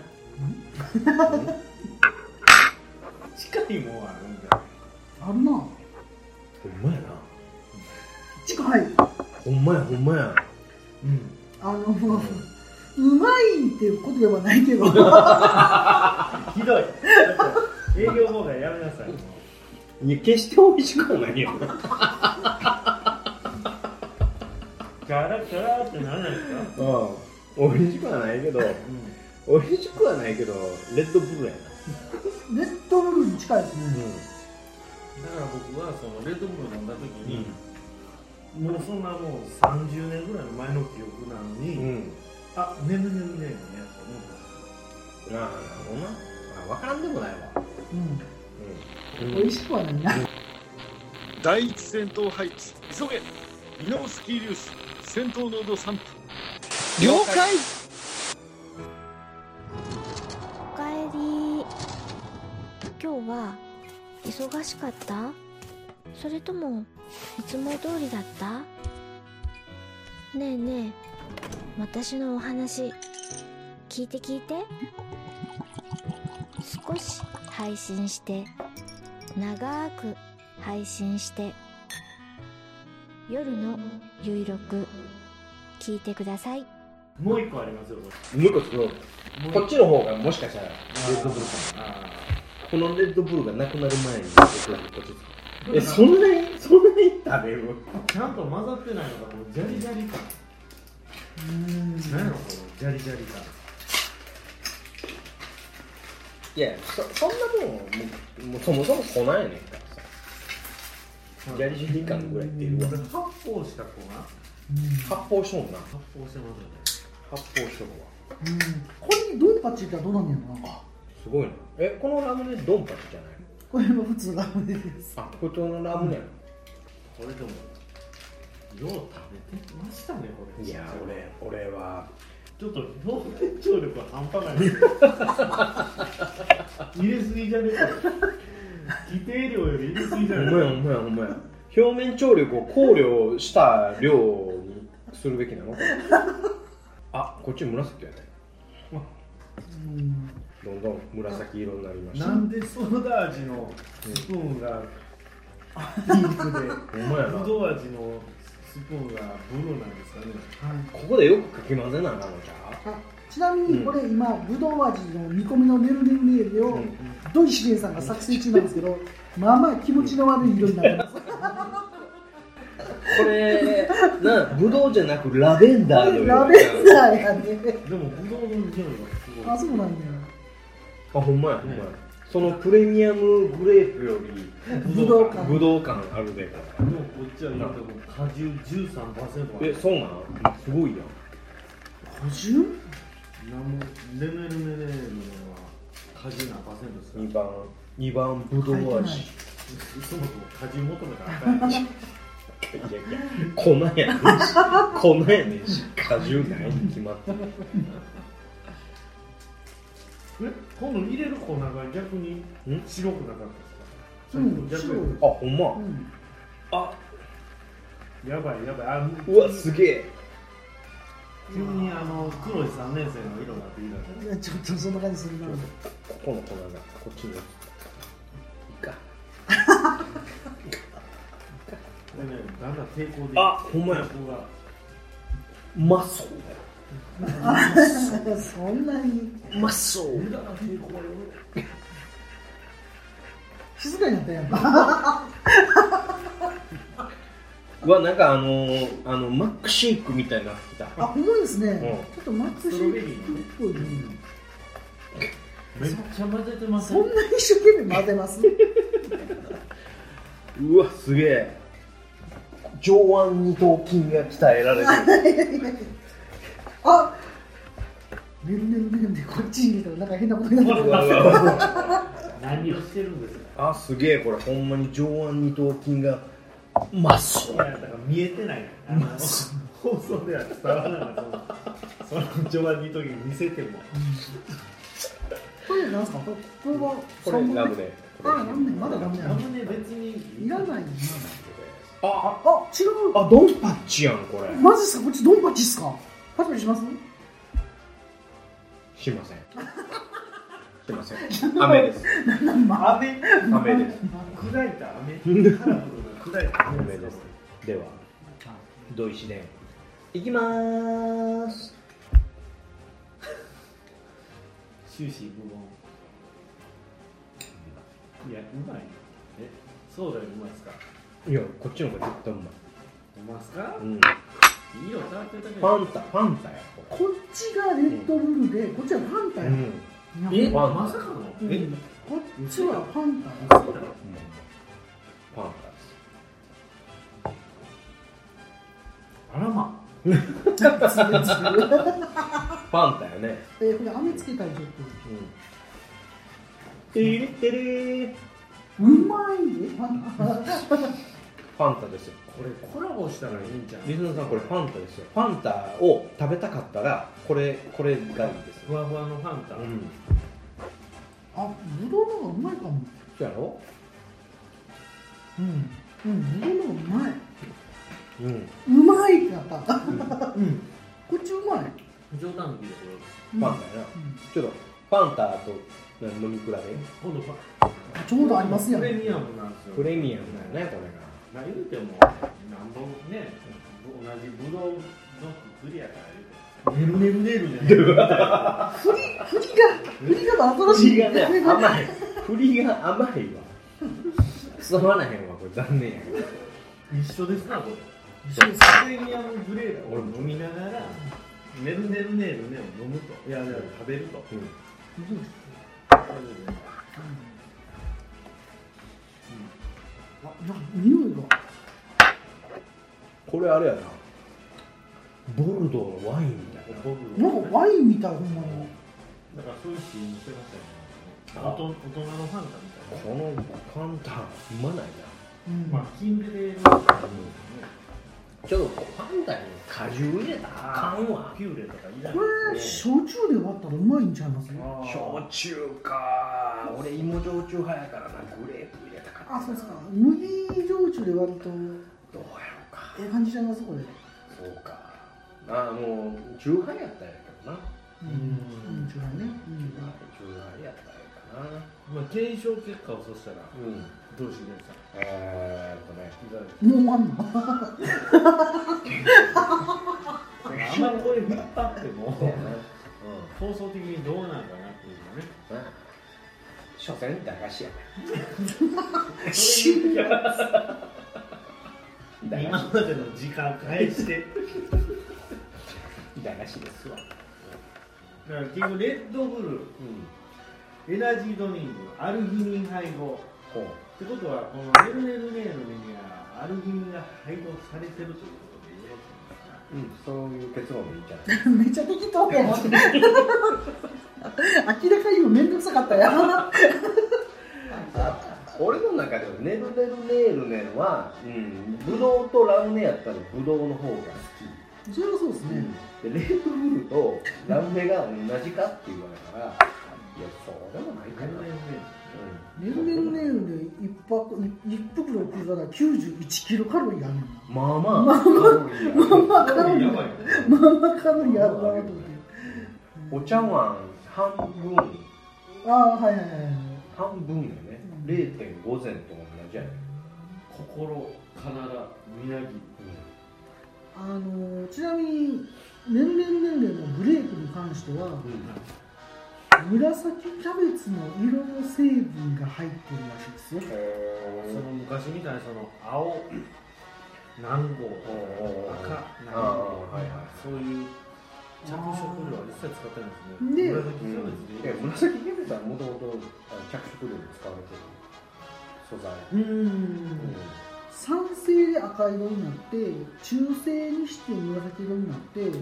Speaker 4: 近いもんあるんだ
Speaker 1: あるな。
Speaker 3: ほんまやな
Speaker 1: ちくはい。
Speaker 3: ほんまやほんまや
Speaker 4: うん
Speaker 1: あの、うまいっていうことではないけど。
Speaker 4: ひどい営業妨害やめなさいもう
Speaker 3: いや決して美味しくはないよ
Speaker 4: ガラガラってならないですか
Speaker 3: うん美味しくはないけど
Speaker 4: う
Speaker 3: 美味しくはないけどレッドブルーやな
Speaker 1: レッドブルに近いですね。
Speaker 4: んだから僕はそのレッドブル飲んだ時
Speaker 3: う
Speaker 4: に、もうそんなもう30年ぐらいの前の記憶なのに、
Speaker 3: うん
Speaker 4: あねるねるねるねやと思った
Speaker 3: なるほどなあ分からんでもないわ
Speaker 1: う
Speaker 3: う
Speaker 1: ん。
Speaker 3: ん
Speaker 1: 美味しくはないな。
Speaker 6: 第一戦闘配置急げミノフスキー粒子戦闘濃度3分
Speaker 2: 了解
Speaker 7: おかえり今日は忙しかったそれともいつも通りだったねえねえ私のお話聞いて聞いて少し配信して長く配信して夜のゆいろく聞いてください
Speaker 4: もう一個ありますよこ
Speaker 3: もう一個作ろう
Speaker 4: れもう一
Speaker 3: こ
Speaker 4: 個
Speaker 3: っちの方がもしかしたらレッドブルか
Speaker 4: あ
Speaker 3: このレッドブルがなくなる前にこっち
Speaker 4: ー
Speaker 3: えそんなにそんなに食べる
Speaker 4: ちゃんと混ざってないのがこのジャリジャリ感うん何やろこのジャリジャリ感
Speaker 3: いやそそんなもんもうもうそもそも粉やねんからさジャリジャリ感ぐらい出るわ
Speaker 4: これ発泡した粉
Speaker 3: 発泡しとんな
Speaker 4: 発泡してますよね
Speaker 3: 発泡しとるわ
Speaker 1: うんこれにドンパチいったらどうなんねやろな
Speaker 3: すごいなえこのラムネドンパチじゃないの
Speaker 1: これも普通ラムネです
Speaker 3: あ普通のラムネや
Speaker 4: これでもよう食べてましたねこれ
Speaker 3: いや俺俺は
Speaker 4: ちょっと表現張力が半端ない入れすぎじゃねえか規定量より入れすぎじゃ
Speaker 3: ほ
Speaker 4: ね
Speaker 3: ん
Speaker 4: え
Speaker 3: ま
Speaker 4: か
Speaker 3: やほんまやほんまや表面張力を考慮した量にするべきなの
Speaker 1: <laughs>
Speaker 3: あこっち紫やね
Speaker 1: うん
Speaker 3: どんどん紫色になりました
Speaker 4: な
Speaker 3: ほん
Speaker 4: んでソーダ味のスプーンがピンクで
Speaker 3: まやな
Speaker 4: ぶ
Speaker 3: こ
Speaker 4: どう味のスプーンがブルーなんですかね
Speaker 3: こでよくかき混ぜなあかんのちゃ
Speaker 1: あちなみにこれ今ぶどう味の煮込みのねるねるねるね
Speaker 3: う、う
Speaker 1: を
Speaker 3: ん、
Speaker 1: ドイシゲンさんが作成中なんですけどまあまあ気持ちの悪い色になってます
Speaker 3: これなぶどうじゃなくラベンダーの
Speaker 1: ラ
Speaker 3: よ
Speaker 1: ベンダーやね
Speaker 4: でもぶどうの匂いが
Speaker 1: あ
Speaker 4: す
Speaker 1: そうなんや
Speaker 3: あほんまやほんまやそのプレミアムグレープより
Speaker 4: ごい
Speaker 1: ぶどう感
Speaker 3: ぶどう感あるで
Speaker 4: でもこっちは言うても果汁13%あ
Speaker 3: え
Speaker 4: る
Speaker 3: そうなのすごいやん
Speaker 1: 50?
Speaker 4: <laughs> なんもねるねるねるねるねは果汁何パーセントですか
Speaker 3: 2番2番ぶどう味
Speaker 4: そもそも果汁求めたらあかんやん
Speaker 3: いやいや、粉やねんし、粉やねんし、果汁ないに決まってる。
Speaker 4: えこの入れる粉が逆に
Speaker 3: ん
Speaker 4: 白くなかった
Speaker 1: う
Speaker 4: ですか
Speaker 1: ん白い
Speaker 3: あ、ほん
Speaker 1: う
Speaker 3: ま。
Speaker 1: ん
Speaker 3: あ、
Speaker 4: やばいやばいあも
Speaker 3: うわ、すげえ。
Speaker 4: 急にあの黒い3年生の色になっていいなと思って
Speaker 1: いやちょっとそんな感じするな
Speaker 3: ここの粉が、こっちに。いいか。
Speaker 4: でねだんだん抵抗で
Speaker 3: あ、ほんまや
Speaker 4: 抵。抗が
Speaker 3: うまそう。
Speaker 1: そんなに
Speaker 3: うまそう。
Speaker 4: 無駄な抵抗がよ
Speaker 1: 静かになったやんか
Speaker 3: うわ、なんかあのー、あの、マックシェイクみたいになってきた。
Speaker 1: あほんまですね
Speaker 3: う
Speaker 1: ちょっとマックシェイクっぽいね
Speaker 4: めっちゃ混ぜてませ
Speaker 1: そ
Speaker 4: ん
Speaker 1: んなに一生懸命混ぜます
Speaker 3: うわ、すげえ。上腕二頭筋が鍛えられてる。
Speaker 1: あねるねるねるねこっちに入れたらなんか変なことになって
Speaker 3: う
Speaker 1: る
Speaker 3: わうわうわ
Speaker 4: 何をしてるんですか
Speaker 3: あすげえこれほんまに上腕二頭筋がうまそ
Speaker 4: いうやだから見えてないあの <laughs> 放送では伝わらないそのその序盤に時に見せても
Speaker 1: これなんすかこれこれは
Speaker 3: これラムネ
Speaker 1: あラムネまだラムネ
Speaker 4: ラムネ別に
Speaker 1: いらないな
Speaker 3: あ
Speaker 1: あ違う
Speaker 3: あドンパッチやんこれ
Speaker 1: マジっすかこっちドンパチっすかパチパチします
Speaker 3: しませんしません雨です
Speaker 4: 飴
Speaker 3: 雨です
Speaker 4: 砕いた飴カラフルな砕いた飴
Speaker 3: 雨
Speaker 4: で
Speaker 3: ですす
Speaker 4: か
Speaker 3: では土井四伝いきまーす
Speaker 4: 終始無言いやうまいえそうだようまいっすか
Speaker 3: いやこっちの方が絶対うま
Speaker 4: うまいっすか
Speaker 3: い、うん、
Speaker 4: いいよ食べてた
Speaker 3: ファンタファンタやこ
Speaker 1: こっちがレッドブルでこっちはファンタ
Speaker 3: れ
Speaker 1: や
Speaker 3: うんん
Speaker 1: い
Speaker 4: え
Speaker 1: や
Speaker 3: ファンタ
Speaker 4: まさかの
Speaker 1: うん
Speaker 4: え
Speaker 1: こっちはファンタ
Speaker 4: 嘘だろ
Speaker 3: ファンタです
Speaker 4: あらま
Speaker 3: ファンタやね
Speaker 1: <laughs> えこれ飴つけたらちょっ
Speaker 3: うんてれてれー
Speaker 1: とうまいねファンタ
Speaker 3: ファンタですよ
Speaker 4: これコラボしたらいいんじゃん
Speaker 3: 水野さんこれファンタですよファンタを食べたかったらこれこれがいいです
Speaker 4: ふわふわのファンタ
Speaker 3: うん
Speaker 1: あぶどうの方がうまいかも
Speaker 3: そうやろ
Speaker 1: うんうんぶどうの方がうまい
Speaker 3: うん
Speaker 1: うまいってなったこ
Speaker 4: うん
Speaker 1: っちうまい
Speaker 4: 冗談抜きでこれ
Speaker 3: ファンタやなちょっとファンタと飲み比べ
Speaker 4: 今度ファ
Speaker 1: うんちょうどありますやん
Speaker 4: プレ
Speaker 1: ね
Speaker 4: ミアムなんですよ
Speaker 3: プレミアムだよねこれが
Speaker 4: まあ言うても何本ね同じブドウの作りやから言うてもねるねるねるねる。
Speaker 1: 振り、振りが、振りが恐ろしい。
Speaker 3: がね甘い振りが甘いわ伝わらへんわこれ残念やけど
Speaker 4: 一緒ですな、これ。一緒にスプレミアムグレーだ。俺飲みながら、ねるねるねるねを飲むと。いや、いや食べると。
Speaker 3: うん
Speaker 1: あな匂いが。
Speaker 3: これあれやなボルドーのワインみたいな
Speaker 1: なんかワインみたい、ほんまに。
Speaker 4: だからそういうシーン見せました
Speaker 3: あ
Speaker 4: よね。大人のファンタみたいな。
Speaker 3: このカンタうまない
Speaker 1: うん。
Speaker 4: まあ、金で
Speaker 3: な、ちょっとパンタに果汁入れたらあかんわ
Speaker 4: ピューレとかいら
Speaker 1: これ、焼酎で割ったらうまいんちゃいます
Speaker 3: 焼酎か俺芋焼酎派やからなグレープ入れたか
Speaker 1: あ、そうですか。麦焼酎で割ると、
Speaker 3: どうやろうか
Speaker 1: ええ感じちゃいます、これ。
Speaker 3: そうかあもう中杯やったんやけどな
Speaker 1: うん
Speaker 4: ん
Speaker 1: うん、違うね。うん
Speaker 3: 中杯やったんやかな
Speaker 4: まあ、検証結果をそしたら、
Speaker 3: うん
Speaker 4: どうしてください
Speaker 3: えーっとね
Speaker 4: いかがで
Speaker 1: もう終わんの
Speaker 4: すかあんまりこれ引っ張っても、
Speaker 3: そうやな
Speaker 4: 放送的にどうなんかなっていうのね。
Speaker 3: うん所詮駄菓子やな駄菓
Speaker 4: 今までの時間返して、
Speaker 3: 子駄菓子ですわ
Speaker 4: だから結局、レッドブル、
Speaker 3: うん
Speaker 4: エナジードリンク、アルギニン配合。
Speaker 3: ほう
Speaker 4: ってことは、このネルネルネルにはアルギニンが配合されてるということでよろしいですか
Speaker 3: うん、そういう結論でいいんじゃない
Speaker 1: めっちゃ適当やん。 <laughs> 明らかにもめんどくさかったや。
Speaker 3: 俺の中ではねるねるねるねるは、うん、ブドウとラムネやったらブドウの方が好
Speaker 1: それはそうです
Speaker 3: き、
Speaker 1: ね。
Speaker 3: でレッドブルとラムネが同じかって言われたらいやそうでもないか
Speaker 4: ネル
Speaker 3: な、
Speaker 4: ネルネ
Speaker 1: 年々ねるね、一箱、い一袋食うから91キロカロリーあるん
Speaker 3: まあまあまあまあ
Speaker 1: まあカロリー
Speaker 4: ル。やばいよね。
Speaker 1: まあまあカロリーあるなと思って。
Speaker 3: お茶碗半分
Speaker 1: ああ、はいはいはいはい。
Speaker 3: 半分よね0.5膳と同じやね、
Speaker 4: 心、カナダ、宮城。
Speaker 1: あのちなみに、年々年々のグレープに関しては、
Speaker 3: うんうん
Speaker 1: 紫キャベツの色の成分が入ってるらしいですよ。
Speaker 4: その昔みたいなその青南郷赤
Speaker 3: 赤
Speaker 4: 南郷
Speaker 3: あーはいはい
Speaker 4: そういう着色料は一切使ってないん
Speaker 1: で
Speaker 4: ですね紫
Speaker 3: う
Speaker 4: 色
Speaker 3: ん、
Speaker 4: で
Speaker 3: え
Speaker 4: すね
Speaker 3: 紫キャベツはもともと着色料に使わ
Speaker 1: う
Speaker 3: れてる素材、
Speaker 1: ーん。酸性で赤色になって、中性にして紫色になって、
Speaker 3: う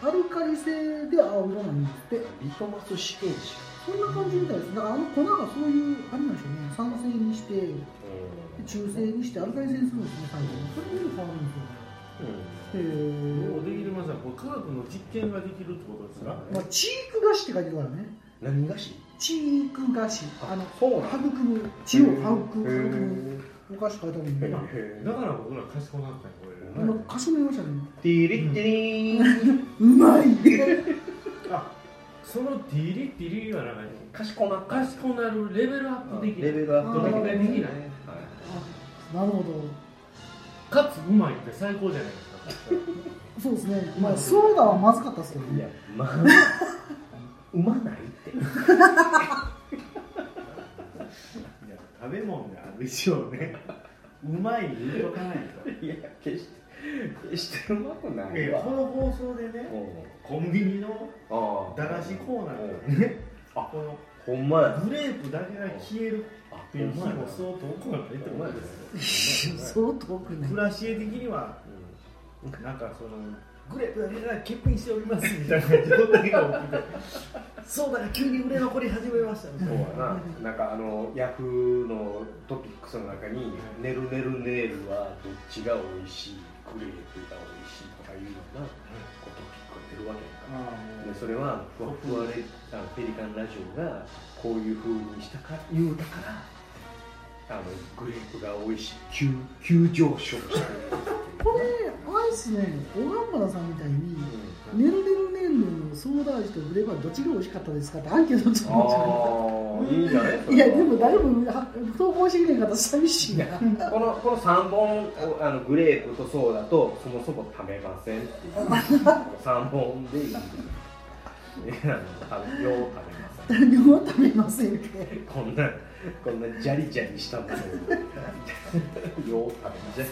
Speaker 1: アルカリ性で青色なんですって。
Speaker 3: ん、リトマス試験紙、
Speaker 1: そんな感じみたいです。だからあの粉がそういう、あれなんでしょうね。酸性にして、中性にしてアルカリ性にするんですね、最後。それで色変わるんですよ。へ
Speaker 4: も
Speaker 1: ー
Speaker 4: うできてますねこれ科学の実験ができるってことですか
Speaker 1: まあ、チーク菓子って書いてるからね。
Speaker 3: うん、何菓子
Speaker 1: チーク菓子。あの、
Speaker 3: そう
Speaker 1: 育む、知を育む、育
Speaker 3: へー
Speaker 1: む。お菓子書いてあるんで。
Speaker 3: へ
Speaker 4: だから僕ら賢くなったんやこれ
Speaker 1: 今、歌詞も言いましたね。
Speaker 3: ーティリッテリーン
Speaker 1: うまい
Speaker 4: あそのディリディリはなんか
Speaker 3: 賢なった
Speaker 4: 賢なるレベルアップでき
Speaker 3: レベ
Speaker 4: る
Speaker 3: ルアップで
Speaker 1: あ
Speaker 3: き
Speaker 1: ー
Speaker 3: る
Speaker 1: でき
Speaker 4: ない
Speaker 3: はい
Speaker 1: あなるほど。
Speaker 4: かつうまいって最高じゃないですか
Speaker 1: そうですね。まあ、ソーダはまずかったですけど
Speaker 3: い
Speaker 1: ね
Speaker 3: や。まあうまないって
Speaker 4: いや食べ物である以上ねうまい言うとかないと
Speaker 3: いや決して決してうまくない
Speaker 4: え
Speaker 3: わ
Speaker 4: この放送でねコンビニの
Speaker 3: あ
Speaker 4: 駄菓子コーナー
Speaker 3: うん
Speaker 4: とかね
Speaker 3: うん
Speaker 4: この
Speaker 3: ほんまや
Speaker 4: グレープだけが消える
Speaker 3: あ
Speaker 4: っていう日
Speaker 3: ほんまや
Speaker 4: もそう遠くはないってことですよ
Speaker 3: す
Speaker 1: 相当遠くない。
Speaker 4: 暮らし絵的にはなんかそのグレープだけが欠品しておりますみたいな状態が起きてそうだが急に売れ残り始めましたみた
Speaker 3: そ
Speaker 4: いうな
Speaker 3: やな、なんかあのヤフーのトピックスの中に「ねるねるねるはどっちが美味しいクレープが美味しい」とかいうようなこうトピックが出るわけやんかでそれはふわふわレあのペリカンラジオがこういうふうにしたか言うたからあのグレープが美味しい急急上昇してるっていう
Speaker 1: これ、あれですね、小川原さんみたいに、
Speaker 3: うん
Speaker 1: ねるねるねるんべいのソーダ味とグレーバーどっちが美味しかったですかってアンケートじゃな
Speaker 3: ああいいんじゃないそ
Speaker 1: い
Speaker 3: れは
Speaker 1: やでも誰もは投稿してくれへんかったら寂し <laughs> いな
Speaker 3: このこの3本おあのグレープとソーダとそもそも食べませんっていう3本でいいえあの食べよう食べません
Speaker 1: 何も食べませんって
Speaker 3: こんなこんなジャリジャリしたものをよう食べません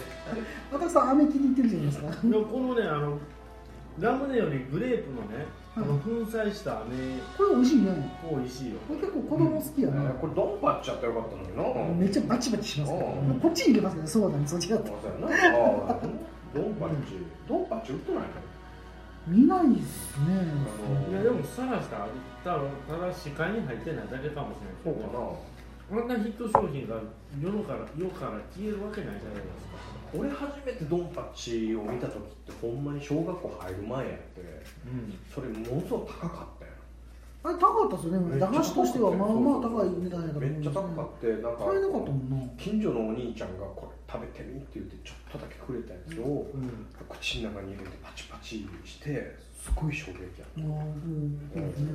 Speaker 1: 私さん飴気に入ってるじゃないですか
Speaker 4: でもこのねあのラムネよりグレープのねあの粉砕した飴
Speaker 1: これ美味しいね
Speaker 4: も美味しいよ
Speaker 1: これ結構子供好きやな、
Speaker 3: これドンパっちゃったらよかったのにな
Speaker 1: めっちゃバチバチしますから、
Speaker 3: うん
Speaker 1: もうこっちに入れますねソーダにそっちだと
Speaker 3: そうやなあードンパッチドンパッチ売ってないの
Speaker 1: 見ないっすね
Speaker 3: あの
Speaker 4: いやでも探したら多分ただ視界に入ってないだけかもし
Speaker 3: そ
Speaker 4: れ
Speaker 3: う
Speaker 4: ないけ
Speaker 3: かな
Speaker 4: どこんなヒット商品が世のから世から消えるわけないじゃないですか
Speaker 3: 俺初めてドンパッチを見た時ってほんまに小学校入る前やって
Speaker 4: うん
Speaker 3: それものすごく高かったよ
Speaker 1: あれ高かったですよね駄菓子としてはまあまあ高い値段やから
Speaker 3: めっちゃ高かってなんか
Speaker 1: 買えなかったもんな
Speaker 3: 近所のお兄ちゃんがこれ食べてみって言ってちょっとだけくれたやつを
Speaker 4: うん
Speaker 3: 口の中に入れてパチパチしてすごい衝撃やった、
Speaker 1: ああうんそうですね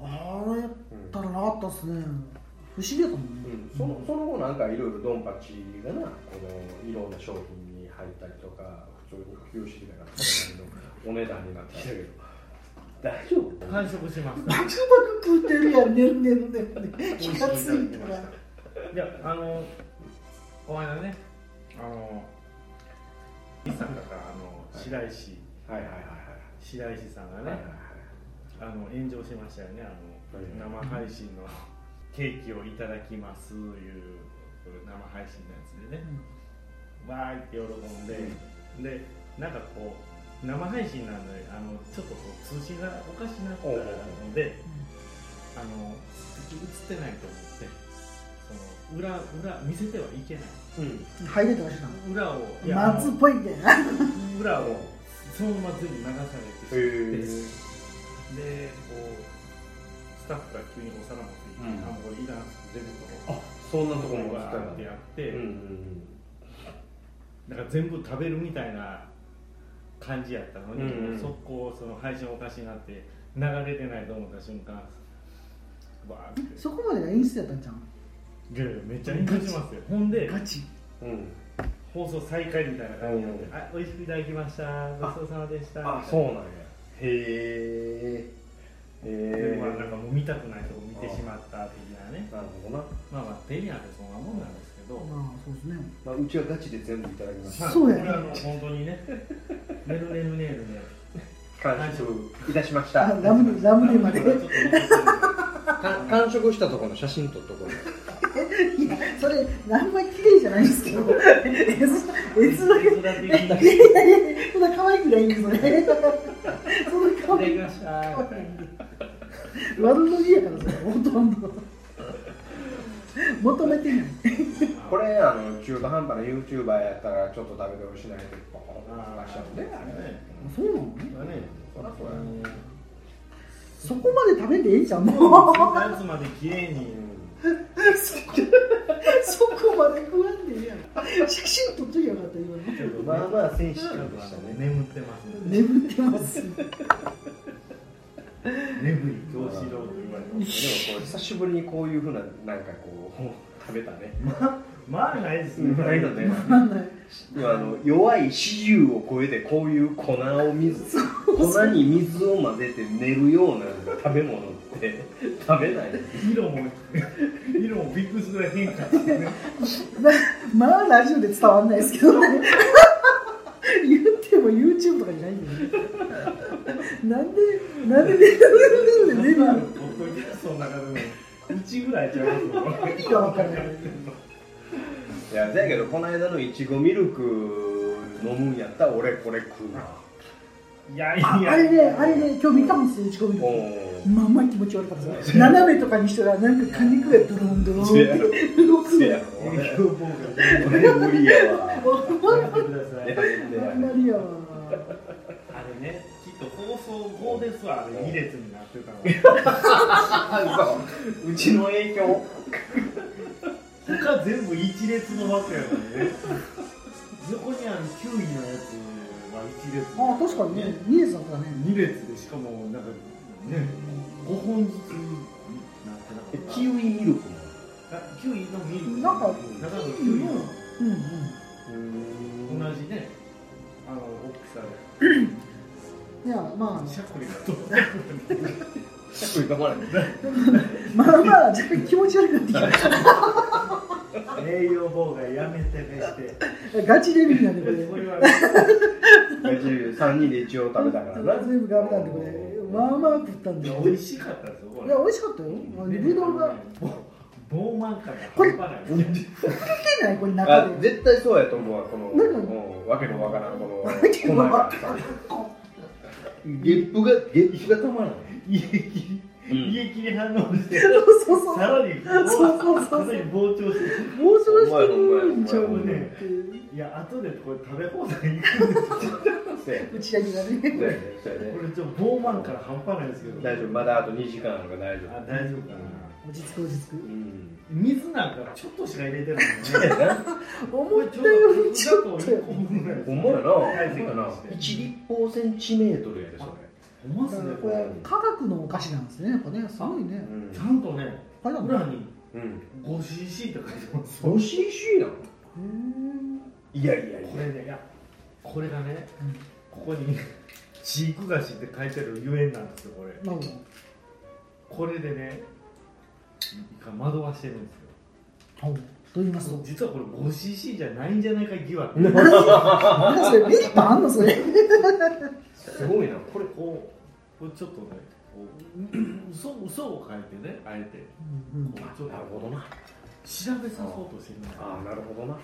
Speaker 1: あれやっ
Speaker 3: うん
Speaker 1: たらなかったっすね不思議やったもん
Speaker 3: う
Speaker 1: ね、
Speaker 3: んそのその後なんかいろいろドンパチがなこのいろんな商品に入ったりとか普通に給食だからそれなりのお値段になってきたけど大丈夫
Speaker 4: 完食しまし
Speaker 1: バ
Speaker 4: た
Speaker 1: クバク食うてるやん寝る寝る寝る気がついたら
Speaker 4: いやあのお前のねあの伊さんだからあの白石
Speaker 3: はいはいはい
Speaker 4: 白石さんが
Speaker 3: はいはいはい
Speaker 4: ねあの炎上しましたよねあの生配信の <laughs> ケーキをいただきますいう生配信のやつでね、わーいって喜んで、でなんかこう生配信なんであのちょっとこう通信がおかしなったので、あの映ってないと思ってその裏裏見せてはいけない
Speaker 3: うん
Speaker 1: 入れたらしいな
Speaker 4: 裏をいや
Speaker 1: 夏っぽいんだよな
Speaker 4: 裏をそのまま全部流されてしまって、でこうスタッフが急にお皿持って行って、
Speaker 3: うん
Speaker 4: あもうこれいらん全部こ
Speaker 3: あそんなとこ
Speaker 4: こ
Speaker 3: も
Speaker 4: がってやって、
Speaker 3: うんうんうん
Speaker 4: なんか全部食べるみたいな感じやったのに、
Speaker 3: うんうん
Speaker 4: 速攻その配信おかしになって流れてないと思った瞬間わーって
Speaker 1: そこまでが演出やったんじゃん
Speaker 4: いやいやめっちゃ緊張しますよほんで
Speaker 1: ガチ
Speaker 3: うん
Speaker 4: 放送再開みたいな感じになって「
Speaker 3: う
Speaker 4: あ美味しくいただきましたごちそうさまでした」
Speaker 3: あ
Speaker 4: みた
Speaker 3: そ
Speaker 4: いうな
Speaker 3: なんやへえへ
Speaker 4: で
Speaker 3: え
Speaker 4: まあなんかもう見たくないとこ見てしまった的なね
Speaker 3: なるほどな、
Speaker 4: まあまあデリアってそんなもんなんですけど、
Speaker 1: まあそうですね
Speaker 3: まあ、うちはガチで全部いただきました
Speaker 4: まあ、
Speaker 1: そうや
Speaker 4: これはもう本当にね「ねるねるねるね
Speaker 3: 完食いたしまし
Speaker 1: あ
Speaker 3: た
Speaker 1: ラムネラムネまで
Speaker 4: ちょっと残ってる
Speaker 3: か完食したところの写真撮っとこうよ
Speaker 1: いやそれあんまり綺麗じゃないです
Speaker 3: <laughs>
Speaker 1: けどえそえそだけ
Speaker 4: 絵面的に
Speaker 1: いやいやいやそんな可愛くないんですよねそんな可愛
Speaker 4: い
Speaker 1: く
Speaker 4: ただきました
Speaker 1: 可愛い悪の字やからそれほとんど求めてない
Speaker 3: これあの中途半端な YouTuber やったらちょっと食べてほしないけどボコンと出しちゃうんであれね
Speaker 1: そうなのね
Speaker 4: だね
Speaker 3: そりゃそうや
Speaker 1: そこまで食べてええじゃんもう
Speaker 4: やつまで綺麗に
Speaker 1: そこそこまで食わんでええやん写真撮っときゃよかった今の
Speaker 3: うんまあまあ選手
Speaker 4: ちょっ
Speaker 3: 権
Speaker 4: と
Speaker 3: で
Speaker 4: あ
Speaker 3: した
Speaker 4: の
Speaker 3: ね
Speaker 4: 眠ってますね
Speaker 1: 眠ってます
Speaker 4: 眠いどうしようと言われて
Speaker 3: でもこう久しぶりにこういうふうななんかこう食べたね
Speaker 4: まあないですね
Speaker 3: ないのね
Speaker 1: ない
Speaker 3: あの弱い始終を超えてこういう粉を水粉に水を混ぜて寝るような食べ物って食べない
Speaker 4: 色も色もびっくりするぐらい変化してね
Speaker 1: なまあラジオで伝わんないですけどね言っても YouTube とかじゃないんだよねなんでなんで寝るんで寝るの <laughs>
Speaker 4: 僕キャストの中でもうちぐらいちゃいます
Speaker 1: 意味が分からない
Speaker 3: いやだけどこの間のいちごミルク飲むんやったら俺これ食うない
Speaker 4: やい
Speaker 1: あ
Speaker 4: や
Speaker 1: あれねあれね今日見たんですよ打ち込み
Speaker 3: お
Speaker 1: まあまあ気持ち悪かったです斜めとかにしたらなんか果肉がドロンドロンっ
Speaker 3: せやろ
Speaker 1: て動くの
Speaker 3: せや
Speaker 1: よ
Speaker 3: ろ
Speaker 4: 営業妨害
Speaker 3: これ無理やわ
Speaker 4: やめてください
Speaker 1: あんまりやわ
Speaker 4: あれね、きっと放送後ですわ、あれ2列になってたの。
Speaker 3: あそううちの影響
Speaker 4: 他全部1列の枠やのにね。横にある9位のやつが1列
Speaker 1: ああ確かにね2列だったね
Speaker 4: 2列でしかもなんかね5本ずつなってなかった
Speaker 3: キウイミルクも
Speaker 4: あキウイのミルク
Speaker 1: なんか
Speaker 4: 中のキウイの
Speaker 1: うんうん
Speaker 4: 同じね、あの大きさで、
Speaker 1: いやま
Speaker 4: しゃくりがと。
Speaker 3: しゃくり噛まれて
Speaker 1: あまあまあ若干気持ち悪くなってきた
Speaker 4: <laughs> 栄養妨害やめてねして。 <laughs>
Speaker 1: ガチレベルなんでこれ
Speaker 4: これはね、
Speaker 3: 3人で一応食べたからな
Speaker 1: 全部ガムなんでこれまあまあ食ったん
Speaker 4: い
Speaker 1: でい
Speaker 4: や
Speaker 1: や
Speaker 4: 美味しかったですよ、これ。
Speaker 1: 美味しかったよぶどうが
Speaker 4: ぼ。傲慢感が
Speaker 1: これ
Speaker 4: 半端ないですね。
Speaker 1: 出ないこれ中
Speaker 3: あ
Speaker 1: で
Speaker 3: 絶対そうやと思うわこの
Speaker 1: 何
Speaker 3: もうわけのわからんこの
Speaker 1: わけのわ
Speaker 3: 粉がゲップがゲップがたまらない
Speaker 4: 家切
Speaker 3: う
Speaker 4: り、
Speaker 3: ん
Speaker 4: 家切り反応して、
Speaker 1: そうそうそう
Speaker 4: さらに、
Speaker 1: そうそう
Speaker 4: さ
Speaker 1: そう
Speaker 4: らに膨張して。
Speaker 1: もう少ししてるんちゃうのね
Speaker 4: いや、後でこれ食べ放題に行くんですよ。
Speaker 3: そうやね
Speaker 1: 打ち上げが
Speaker 3: そうや
Speaker 1: ね
Speaker 3: ねそうやね
Speaker 4: これちょっと傲慢感半端ないですけど。
Speaker 3: 大丈夫まだあと2時間あるから大丈
Speaker 4: あ
Speaker 3: 夫、
Speaker 4: 大丈夫かな。
Speaker 1: 落ち着く落ち着く
Speaker 3: うん
Speaker 4: 水なんかちょっとしか入れてないもんね。
Speaker 1: 思ったよりちょっと
Speaker 4: ほんまや
Speaker 3: ほんまやなほんまやな1
Speaker 4: 一
Speaker 3: 立方センチメートルやでそれ
Speaker 4: ほんまっ
Speaker 1: だ
Speaker 4: す
Speaker 1: から
Speaker 4: ね
Speaker 1: こ
Speaker 4: これ
Speaker 1: れ科学のお菓子なんですねやっぱねすごいね
Speaker 3: うん
Speaker 4: ちゃんとね
Speaker 1: あれなんだ
Speaker 4: 裏に
Speaker 3: うん、
Speaker 4: 5cc って書いてますこ
Speaker 3: 5cc な
Speaker 1: へ
Speaker 3: の
Speaker 1: ー
Speaker 3: いやいやいや
Speaker 4: れねいやこれがねここに飼育菓子って書いてるゆえんなんですよこれ
Speaker 1: なるほど
Speaker 4: これでね一回惑わしてるんです
Speaker 1: ほうと言います
Speaker 4: よ
Speaker 1: と
Speaker 4: 実はこれ 5cc じゃないんじゃないか疑惑
Speaker 1: なんかそれビリパンあんのそれ
Speaker 3: すごいなこれ
Speaker 4: こうこれちょっとねこう嘘嘘を書いてねあえてこうちょっと
Speaker 3: なるほどな
Speaker 4: 調べさそうとしてるんだよ
Speaker 3: ああなるほどな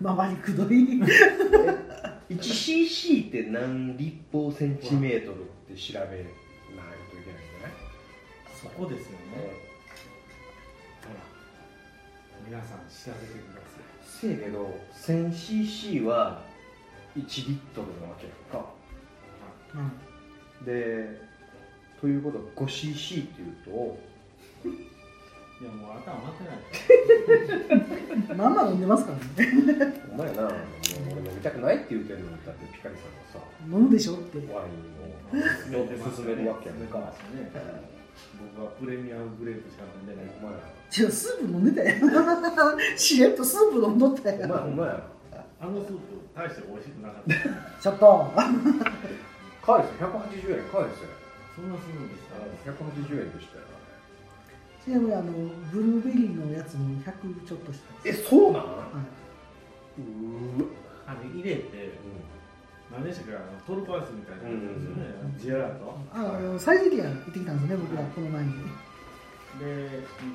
Speaker 1: 周りくどい
Speaker 3: 1cc って何立方センチメートルって調べないといけないんじゃない
Speaker 4: そこですよねほら皆さん調べてください
Speaker 3: せやけど 1000cc は1リットルなわけやんかでということは 5cc っていうと
Speaker 4: いやもう頭待ってない
Speaker 1: まあまあ飲んでますからね
Speaker 3: お前なもう俺飲みたくないって言うてるのにだってピカリさんがさ
Speaker 1: 飲むでしょって
Speaker 3: ワイ <laughs> ンを勧めるわけやん
Speaker 4: ね
Speaker 3: か
Speaker 4: 僕はプレミアムグレープしか飲んでない
Speaker 3: お前
Speaker 1: 違うスープ飲んでたよしれっとスープ飲んどった
Speaker 3: お
Speaker 1: よ
Speaker 3: 前お前
Speaker 4: あのスープ大して美味しくなかった
Speaker 1: ちょっと
Speaker 3: 返せ180円返
Speaker 4: そんなするんですか
Speaker 3: せ180円でしたよ
Speaker 1: ちなみにあのブルーベリーのやつも100ちょっとしたんで
Speaker 3: え
Speaker 1: す
Speaker 3: そうなん
Speaker 1: はいう
Speaker 3: ーわ
Speaker 4: あれ入れて何でしたっけあのトルコアイスみたいなやつですよね
Speaker 1: うんうん
Speaker 4: ジェラート
Speaker 1: あのサイゼリア行ってきたんですよね僕らこの前に
Speaker 4: で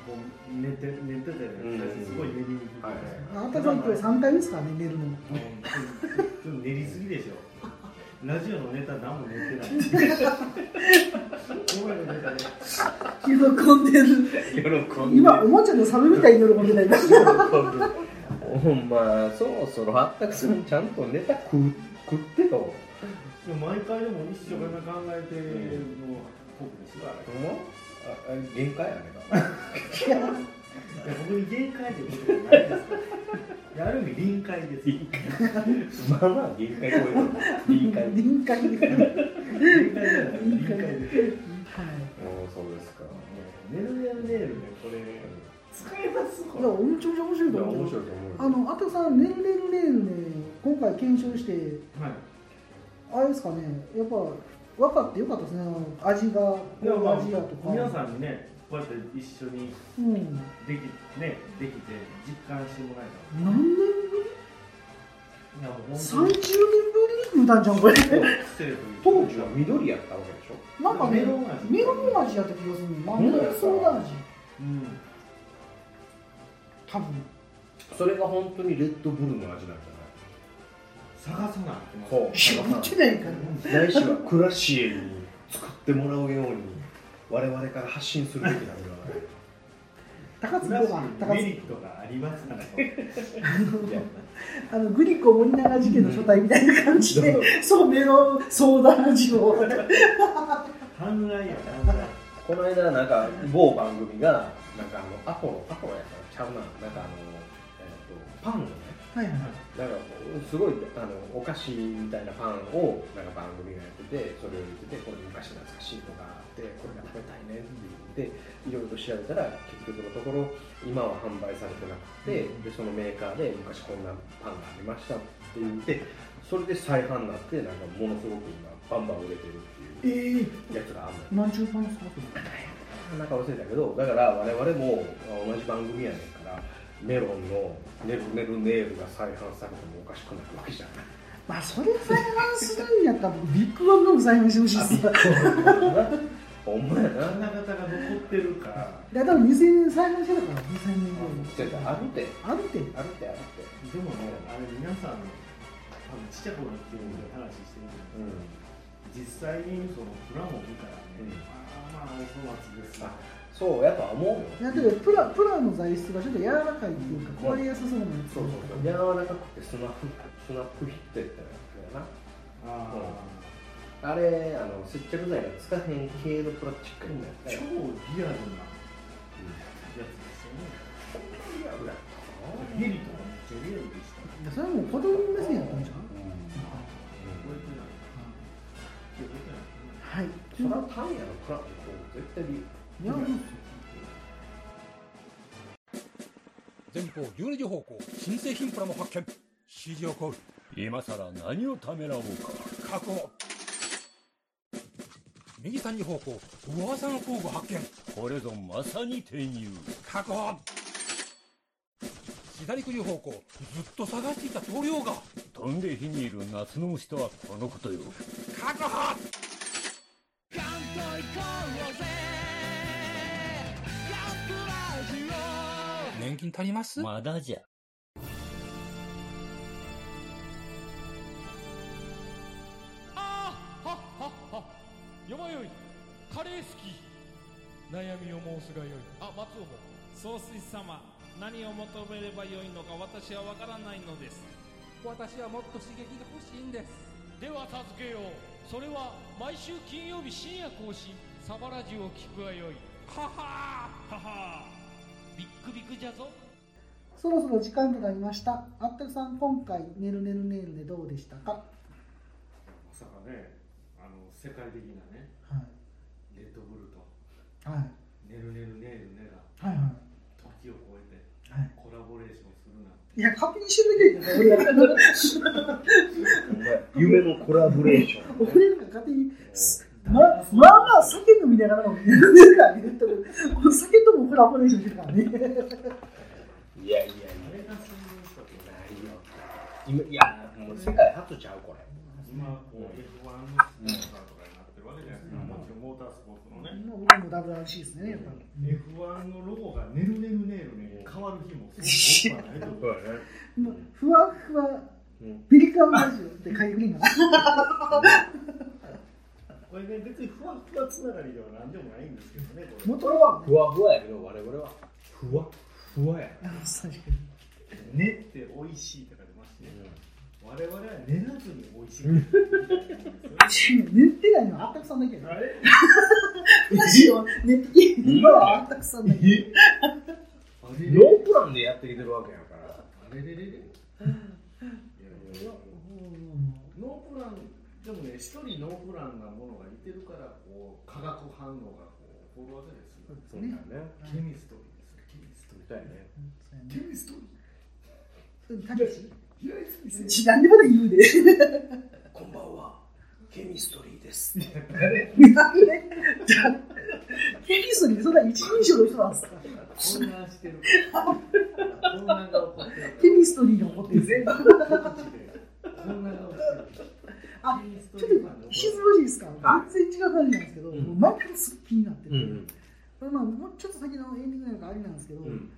Speaker 4: こう寝て寝ててね
Speaker 3: うん
Speaker 4: 最初すごい寝りにくくて
Speaker 3: はい
Speaker 1: あんたさんこれ3回目ですからね寝るのも
Speaker 4: もうちょっと練りすぎでしょ。ラジオのネタ何も練ってない。お前のネタね。
Speaker 1: 喜んでる
Speaker 3: 喜んで
Speaker 1: 今おもちゃのサブみたいに喜んでない
Speaker 3: 喜んでほんまそろそろあったくさんちゃんとネタ食う食ってよほ
Speaker 4: 毎回でも一生懸命考えての僕ですわ。
Speaker 3: んまああ限界やねか
Speaker 1: いや
Speaker 4: いや僕に限界ってことじゃないですから。いやある意味臨界ですよ。
Speaker 3: まあま <laughs> あ限界超える限界もう
Speaker 1: 臨界臨界はい
Speaker 4: 臨界じゃない。臨界です。
Speaker 3: そうですか
Speaker 4: ネルネルネルねこれ使えます
Speaker 1: いや
Speaker 4: こ
Speaker 1: めちゃめちゃ面白い
Speaker 3: い
Speaker 1: と
Speaker 3: や
Speaker 1: 思う
Speaker 3: 面
Speaker 1: けど
Speaker 3: 白いと思うよ
Speaker 1: あのあんたさんねるねるねるね今回検証して
Speaker 4: れ。はい。
Speaker 1: あれですかねやっぱ分かってよかったですねあの味がこう
Speaker 4: いやま
Speaker 1: 味やと
Speaker 4: あ
Speaker 1: か
Speaker 4: 皆さんにねこうやって一緒に
Speaker 1: うん
Speaker 4: できねできて実感してもらえたら。
Speaker 1: 何年
Speaker 4: いやもう
Speaker 1: ぶり30
Speaker 4: 本
Speaker 1: 年ぶ
Speaker 4: 当に
Speaker 1: りに食うたんじゃん
Speaker 4: <laughs>
Speaker 1: これ
Speaker 4: 失礼という
Speaker 3: 当時は緑やったわけでしょ
Speaker 1: なんかね
Speaker 4: メロン味
Speaker 1: メロン味やった気がするの
Speaker 3: メ
Speaker 1: メ
Speaker 3: ロン
Speaker 1: ロンソーダ味
Speaker 4: うん
Speaker 1: 多分
Speaker 3: それが本当にレッドブルの味なんじゃ
Speaker 4: 探さなあきま
Speaker 3: ない
Speaker 4: せん
Speaker 3: そう
Speaker 1: 言ってないから
Speaker 3: ないしはクラシエルに作ってもらうように我々から発信するべきなんじ
Speaker 1: 高津
Speaker 4: プラ
Speaker 1: ご
Speaker 4: ス
Speaker 1: は高
Speaker 4: メリ
Speaker 1: 津
Speaker 4: ットがありますからね
Speaker 3: ゃないいや
Speaker 1: あのグリコ森永事件の書体みたいな感じ
Speaker 3: うん
Speaker 1: でそうメロンソーダ味を
Speaker 4: 犯罪や犯罪
Speaker 3: この間なんか某番組がなんかあのアポロアポロやからちゃうななんかあの、えっとパンのね
Speaker 1: はいはい
Speaker 3: なんかすごいあのお菓子みたいなパンをなんか番組がやっててそれを言っててこれ昔懐かしいのがあってこれが食べたいねって言っていろいろと調べたら結局のところ今は販売されてなくてでそのメーカーで昔こんなパンがありましたって言ってそれで再販になってなんかものすごく今バンバン売れてるって
Speaker 1: え
Speaker 3: い
Speaker 1: ー、
Speaker 3: うやつがあるの
Speaker 1: 何
Speaker 3: よ
Speaker 1: 十パンですか
Speaker 3: なんか忘れたけどだから我々も同じ番組やねんからメロンのネルネルネールが再販されてもおかしくないわけじゃない
Speaker 1: まあそれ再販するんやったらビッグワンのも再販してほしいっすい
Speaker 3: ほんまやな。
Speaker 4: 花形が残ってるから
Speaker 1: や多分2000年再販してたから2000年ぐ
Speaker 3: じ
Speaker 1: ら
Speaker 3: ゃ
Speaker 1: い
Speaker 3: あるって、
Speaker 1: あるって
Speaker 3: あるって、あるって。
Speaker 4: でもねあれ皆さん多分ちっちゃい頃の記憶で話してるけど、
Speaker 3: うん。
Speaker 4: 実際にそのプラモ見たらね、
Speaker 3: うん
Speaker 4: まあまあお粗末ですよ
Speaker 3: あそうやとは思うよ。
Speaker 1: いやだけどプラプラの材質がちょっと柔らかいっていうか壊れやすそうなやつ
Speaker 3: そうそうそう。柔らかくてスナップ、スナップヒットやったや
Speaker 4: あー
Speaker 3: な。あれ、あの接着剤がつかへん系のプラスチック
Speaker 4: で
Speaker 3: み
Speaker 4: も
Speaker 3: たい
Speaker 4: 超リアル
Speaker 3: な。
Speaker 4: なやつですよねヘリとかめっちゃリアルでした
Speaker 1: い
Speaker 4: ね
Speaker 1: やそれはもう子供目線やったんじゃん
Speaker 4: 覚えてない覚えてない
Speaker 1: はい
Speaker 3: それは単やのプラス絶対理由。
Speaker 1: いやもう
Speaker 8: 前方12時方向新製品プラも発見指示をコール
Speaker 9: 今さら何をためらおうか
Speaker 8: 確保右3時方向噂の工具発見
Speaker 9: これぞまさに転入
Speaker 8: 確保左9時方向ずっと探していた棟梁が
Speaker 9: 飛んで火にいる夏の虫とはこのことよ
Speaker 8: 確保年金足ります
Speaker 9: まだじゃ
Speaker 10: あーはっはっはよまよいカレー好き悩みを申すがよいあ松尾総帥様何を求めればよいのか私は分からないのです私はもっと刺激が欲しいんですでは助けようそれは毎週金曜日深夜更新サバラジュを聞くがよいははーははービックビックじゃぞ
Speaker 1: そろそろ時間となりましたあったくさん今回「ねるねるねる」でどうでしたかは
Speaker 4: まさかねあの世界的なねレッドブルと
Speaker 1: いはい
Speaker 4: ねるねるねるねが
Speaker 1: はいは <laughs>
Speaker 4: 時を超えて
Speaker 1: いはい
Speaker 4: コラボレーションするなんて
Speaker 1: いや、勝手にしてるだけやから
Speaker 3: 夢のコラボレーション。
Speaker 1: 俺なんか勝手に、すままあまあ酒飲みながらも、やってるからね、多分この酒ともコラボレーションしてるからね。
Speaker 3: いやい
Speaker 4: あ
Speaker 3: やいや。
Speaker 4: れがそういう人って
Speaker 3: ないよ。今いや、もう世界初ちゃうこれ。
Speaker 4: 今こう F1 のスポンサーとかになってるわけじゃないですか、もちろんモータースポーツのね、
Speaker 1: もう僕も WRC ですね、やっぱり。
Speaker 4: F1 のロゴがねるねるねるねに変わる日もそう多くはないと思う
Speaker 3: うだね。
Speaker 1: もうふわふわ
Speaker 3: うん、
Speaker 1: ペリカンラジオって書いてくれんかな。
Speaker 4: これね別にふわふわつながりでは何でもないんですけどねこれ
Speaker 1: 元は、
Speaker 3: ふわふわやけど我々はふわふわや、
Speaker 1: あの確か
Speaker 4: 練って美味しいとか出ますしね、我々は練らずに美味しい
Speaker 1: に。寝てないのはあったくさんだけや
Speaker 4: あ
Speaker 1: ね。
Speaker 4: れ
Speaker 1: ラジオ、寝てき今はあったくさんだけやね。
Speaker 4: あれ
Speaker 3: ノープランでやってきてるわけやから
Speaker 4: あれれれれいやいやノープランでもね一人ノープランなものがいてるからこう化学反応がこう起こるわけですよ
Speaker 3: そうだよね
Speaker 4: ケミストリーですよケミストリ
Speaker 3: そうだよね
Speaker 1: そうや
Speaker 4: ー
Speaker 1: ね
Speaker 4: ケミス
Speaker 1: う
Speaker 4: トリ
Speaker 1: んたけし
Speaker 4: ー平井先生
Speaker 1: ちなんでまだ言うで。
Speaker 3: こんばんはケミストリーですい
Speaker 1: なんでじゃあケミストリーそんな一人称の人なんですか
Speaker 4: 混乱してる混乱が起こってる
Speaker 1: ケミストリーが起こってる
Speaker 4: 全国各地で混乱が起こってる
Speaker 1: あ
Speaker 4: ケミスト
Speaker 1: ちょ
Speaker 4: リ
Speaker 1: っと
Speaker 4: ーファンの
Speaker 1: 質問いいですか全然違う話なんですけど、
Speaker 3: うん
Speaker 1: もう毎回すっ気になってて、
Speaker 3: うん
Speaker 1: これまあ、もうちょっと先のエンディングなんかありなんですけど、
Speaker 3: うん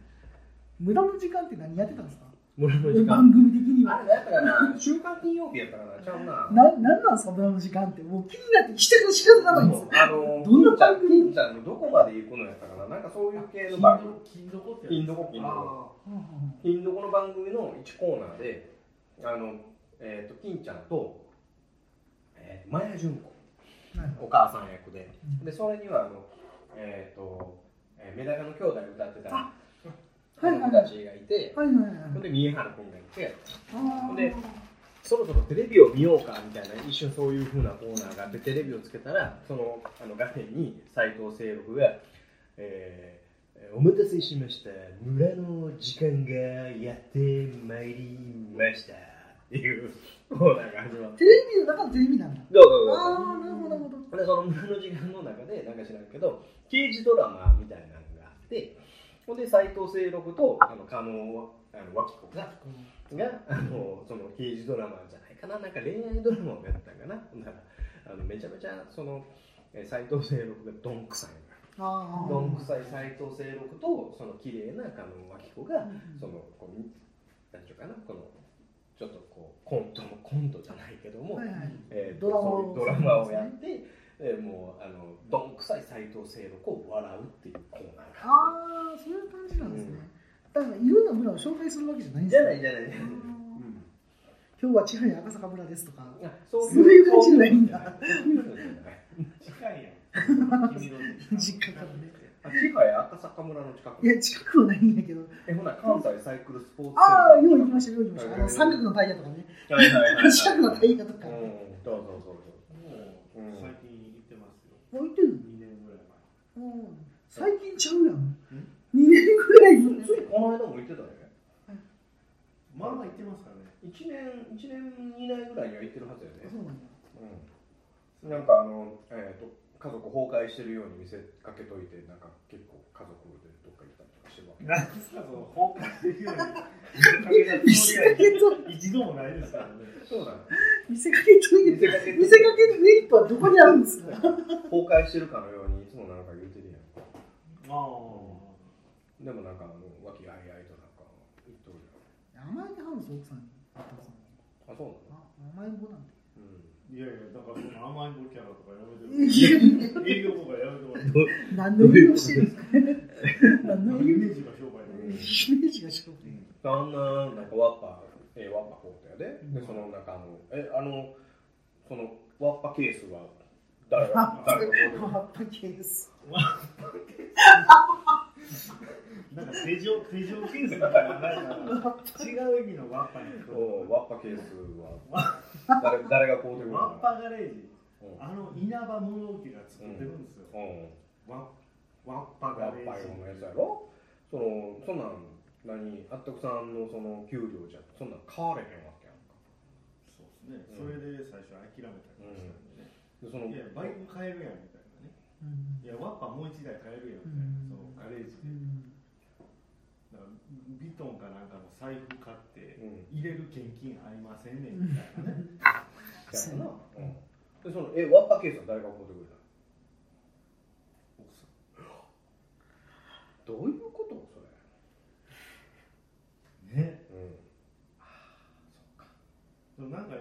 Speaker 1: 無駄の時間って何やってたんですか
Speaker 3: 村の時間
Speaker 1: 番組的に
Speaker 3: あ
Speaker 1: は
Speaker 3: れだったかな週刊金曜日やったかなちゃうな
Speaker 1: な何なんですか無駄の時間ってもう気になってしたく仕方がないんですよ
Speaker 3: あの
Speaker 1: どんな番組
Speaker 3: 金ちゃんのどこまで行くのやったかななんかそういう系の番組
Speaker 4: 金どこって
Speaker 3: 金どこ金どこ
Speaker 4: あ
Speaker 3: 金どこの番組の1コーナーであのえっ、と金ちゃんと、えー、マヤ純子
Speaker 1: はい
Speaker 3: お母さん役で
Speaker 1: う、ん
Speaker 3: でそれにはあの、えっ、と、えーメダカの兄弟歌ってた
Speaker 1: あ
Speaker 3: 子供たちがいて、
Speaker 1: はいはいはい
Speaker 3: ほんで、三重原君がいて、て
Speaker 11: あ
Speaker 3: ほ
Speaker 11: ー
Speaker 3: んでそろそろテレビを見ようかみたいな一瞬そういうふうなコーナーがあってテレビをつけたらそのあの画面に斎藤清六が、えーお待たせしました村の時間がやってまいりました」っていうコーナーが始まって
Speaker 11: テレビの中のテレビなんだ。
Speaker 3: どうぞどうぞ
Speaker 11: ああ、なるほど、なるほど。
Speaker 3: でその村の時間の中でなんか知らんけど刑事ドラマみたいなのがあってほんで斎藤清六とあの加納あの脇子ががあのその刑事ドラマじゃないかななんか恋愛ドラマをやったんかなほんならあのめちゃめちゃそのえ斎藤清六がどんくさいのよ
Speaker 11: ああ。
Speaker 3: どんくさい斎藤清六とその綺麗な加納脇子がそのこうみなんていうかなこのちょっとこうコントもコントじゃないけども、
Speaker 11: はいはい。
Speaker 3: えー
Speaker 11: ドラマを
Speaker 3: そういうドラマをやって、えーもうあのどんくさい斎藤清六を笑うっていうコーナーが
Speaker 11: ああ、そういう感じなんですね。だから、いろんな村を紹介するわけじゃないんで
Speaker 3: じ
Speaker 11: す
Speaker 3: ゃ
Speaker 11: ね
Speaker 3: ないじゃない、
Speaker 11: あ
Speaker 3: う
Speaker 11: ー
Speaker 3: ん、
Speaker 11: 今日は千早赤坂村ですとか。
Speaker 3: あそ
Speaker 11: そういう感じじゃないんだ
Speaker 3: そういうのじゃない
Speaker 4: 近いやん君の
Speaker 11: 実家からね
Speaker 3: あ千早赤坂村の近
Speaker 11: い
Speaker 3: く
Speaker 11: や、近くはないんだけど。
Speaker 3: えほな関西サイクルスポーツセンター
Speaker 11: ああ、よう行きました、よう行きました。あ
Speaker 3: は
Speaker 11: の、
Speaker 3: い
Speaker 11: 三角のタイヤとかね。
Speaker 3: はいはいはいはい
Speaker 11: 四角のタイヤとか。
Speaker 3: うんそうそうそう
Speaker 4: もう最近行ってますよ
Speaker 11: 置いてる
Speaker 4: 2年ぐらい前
Speaker 11: のうん最近ちゃうやん。二年くらいずっ
Speaker 3: そうついこの間も言ってたね
Speaker 4: まあまあ行ってますからね
Speaker 3: 一年一年以内ぐらいには行ってるはずよね
Speaker 11: と。そうなんだ。
Speaker 3: うん、なんかあの、えー、と家族崩壊してるように見せかけといてなんか結構家族でどっか行ったりとかしてるわけ
Speaker 4: 何ですかその崩壊してるよう
Speaker 11: 見せかけと、
Speaker 4: に一度もないですからね
Speaker 3: そうだね
Speaker 11: 見せかけといて。見せかけのメリットはどこにあるんですか
Speaker 3: 崩壊してるかのようにいつもなんか言ってるやんか
Speaker 4: ああ
Speaker 3: でもなんかあの和気あいあいとなんか言っとるや
Speaker 11: 甘えにハウス奥さんにあったさ
Speaker 3: んあそうなの
Speaker 11: あ甘えん坊なんだ
Speaker 3: う
Speaker 4: いやいや、だからその甘いボキャラとかやめて
Speaker 11: いや
Speaker 4: もら営業とかやめてもらって
Speaker 11: 何の営業してるんですか何の営
Speaker 4: イ
Speaker 11: 業
Speaker 4: メージが商売
Speaker 3: ん、う
Speaker 11: イメ
Speaker 3: ん、
Speaker 11: ージがしょ
Speaker 3: あんななんかワッパえー、ワッパこうだよねでそのなんかあのえあのそのワッパケースは誰が誰が
Speaker 11: 葉っぱケース
Speaker 4: なんか手錠、手錠検査みたいな、なんか違う意味のワッパに来る。
Speaker 3: そうワッパケースは誰誰が買うてくるの
Speaker 4: ワッパガレージ、
Speaker 3: うん
Speaker 4: あの稲葉物置が作ってるんですよ。
Speaker 3: うん
Speaker 4: ワッワッパ
Speaker 3: や
Speaker 4: ガ
Speaker 3: っ
Speaker 4: レ
Speaker 3: ぱ
Speaker 4: ー
Speaker 3: り
Speaker 4: ジ。
Speaker 3: のやつやろそのそんなん何あったくさんのその給料じゃそんなん変われへんわけやんか
Speaker 4: そうですね、それで最初諦めたりもしたんでね。
Speaker 3: でその
Speaker 4: いや、バイク買えるやんみたいなね。
Speaker 11: うん
Speaker 4: いや、ワッパもう一台買えるやんみたいな、そのガレージ
Speaker 11: う
Speaker 4: で。
Speaker 11: ん
Speaker 4: だからビトンかなんかの財布買って、
Speaker 3: うん
Speaker 4: 入れる現金ありませんねみたいなね。
Speaker 3: そやな、うん、でそのえワッパケースは誰が買うてくれた
Speaker 4: 奥さん
Speaker 3: のどういうことそれ
Speaker 4: ね。
Speaker 3: うん
Speaker 4: でもなんか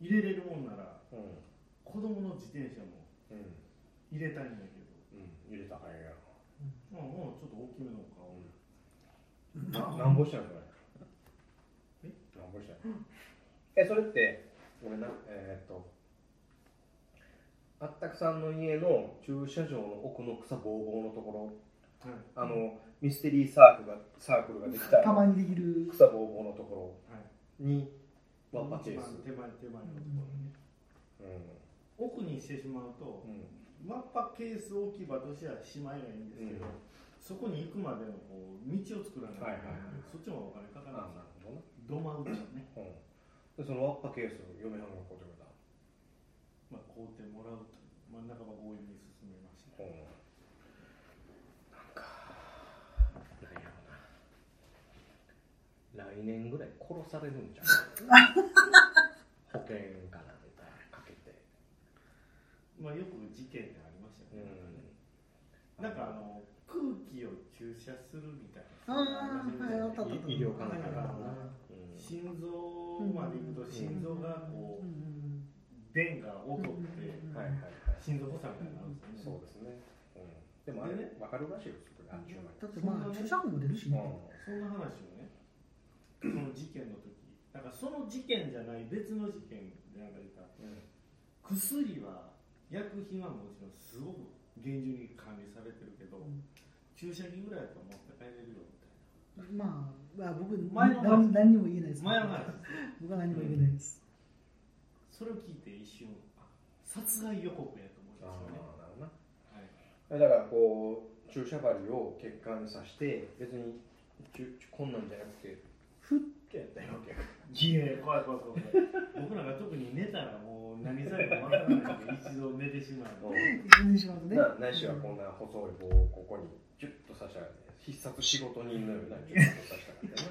Speaker 4: 入れれるもんなら
Speaker 3: うん
Speaker 4: 子供の自転車も
Speaker 3: うん
Speaker 4: 入れたいんだけ
Speaker 3: うん入れたらえ
Speaker 4: ど、まあ、もうちょっと大きめの顔、
Speaker 3: えやんななんぼしたんそれえなんぼしたんえそれってごめんなえー、っとあったくさんの家の駐車場の奥の草ぼうぼうのところ
Speaker 4: はい
Speaker 3: あのミステリーサークルがサークルができた
Speaker 11: たまにできる
Speaker 3: 草ぼうぼうのとこ
Speaker 4: はい、
Speaker 3: ろにワッパケース、
Speaker 4: 手前手前手前のとこ
Speaker 3: う
Speaker 4: ろ奥にしてしまうと
Speaker 3: んうん、
Speaker 4: マッパケース置き場としてはしまいがいいんですけど、
Speaker 3: うん
Speaker 4: そこに行くまでのこう道を作らないといけない
Speaker 3: はいは
Speaker 4: ので
Speaker 3: いは
Speaker 4: そっちもお金かか
Speaker 3: あな
Speaker 4: るんで
Speaker 3: るほどな、
Speaker 4: すよ土間打ちね、
Speaker 3: うん、でそのワッパケースを嫁はんがこうてくれた、
Speaker 4: まあ、買うてもらうと真ん中は強引に進めました
Speaker 3: うん、なんかなんやろな来年ぐらい殺されるんじゃ
Speaker 11: <laughs>
Speaker 3: ない保険かなんかかけて、
Speaker 4: まあよく事件でありましたよね、な
Speaker 3: うん、
Speaker 4: んかあの空気を注射するみたい
Speaker 11: あ
Speaker 4: な。
Speaker 11: あはいあったあったあった
Speaker 3: 医医療関係
Speaker 4: だ
Speaker 3: の
Speaker 4: か
Speaker 3: な
Speaker 4: ら
Speaker 3: うん
Speaker 4: 心臓まで行くと心臓がこ
Speaker 11: うんう
Speaker 4: うん弁が劣って
Speaker 11: うん
Speaker 3: はいはいはい
Speaker 4: 心臓発作みたいになるんですよ
Speaker 3: そう
Speaker 4: ね。
Speaker 3: ですね、うん、でもあれね分かるらしいよそれ何十
Speaker 11: だってまあ注射痕も出るし
Speaker 3: 万
Speaker 11: ね
Speaker 4: そんな話をね、その事件の時、だからその事件じゃない別の事件でなんか言った。
Speaker 3: うん
Speaker 4: 薬は薬品はもちろんすごく厳重に管理されてるけど、
Speaker 11: うん
Speaker 4: 注射器ぐらいだと持って帰れるよみたいな。
Speaker 1: まあ、あ僕、
Speaker 4: 前の話
Speaker 1: 何何にも言えないです。
Speaker 4: 前の話
Speaker 1: 僕は何も言えないです。
Speaker 4: それを聞いて一瞬あ殺害予告やと思うんですよね
Speaker 3: だからこう注射針を血管に刺して別にちゅちゅこんなんじゃなくてふってやったよわけやから
Speaker 4: いやいや怖い怖い怖い怖い僕なんか特に寝たらもう何されてもわからないので一度寝てしま <laughs> うので
Speaker 1: 死んでしまうとね。
Speaker 3: なないしはこんな細い棒をここにギュッと刺したらね必殺仕事人のようなギュッと刺したか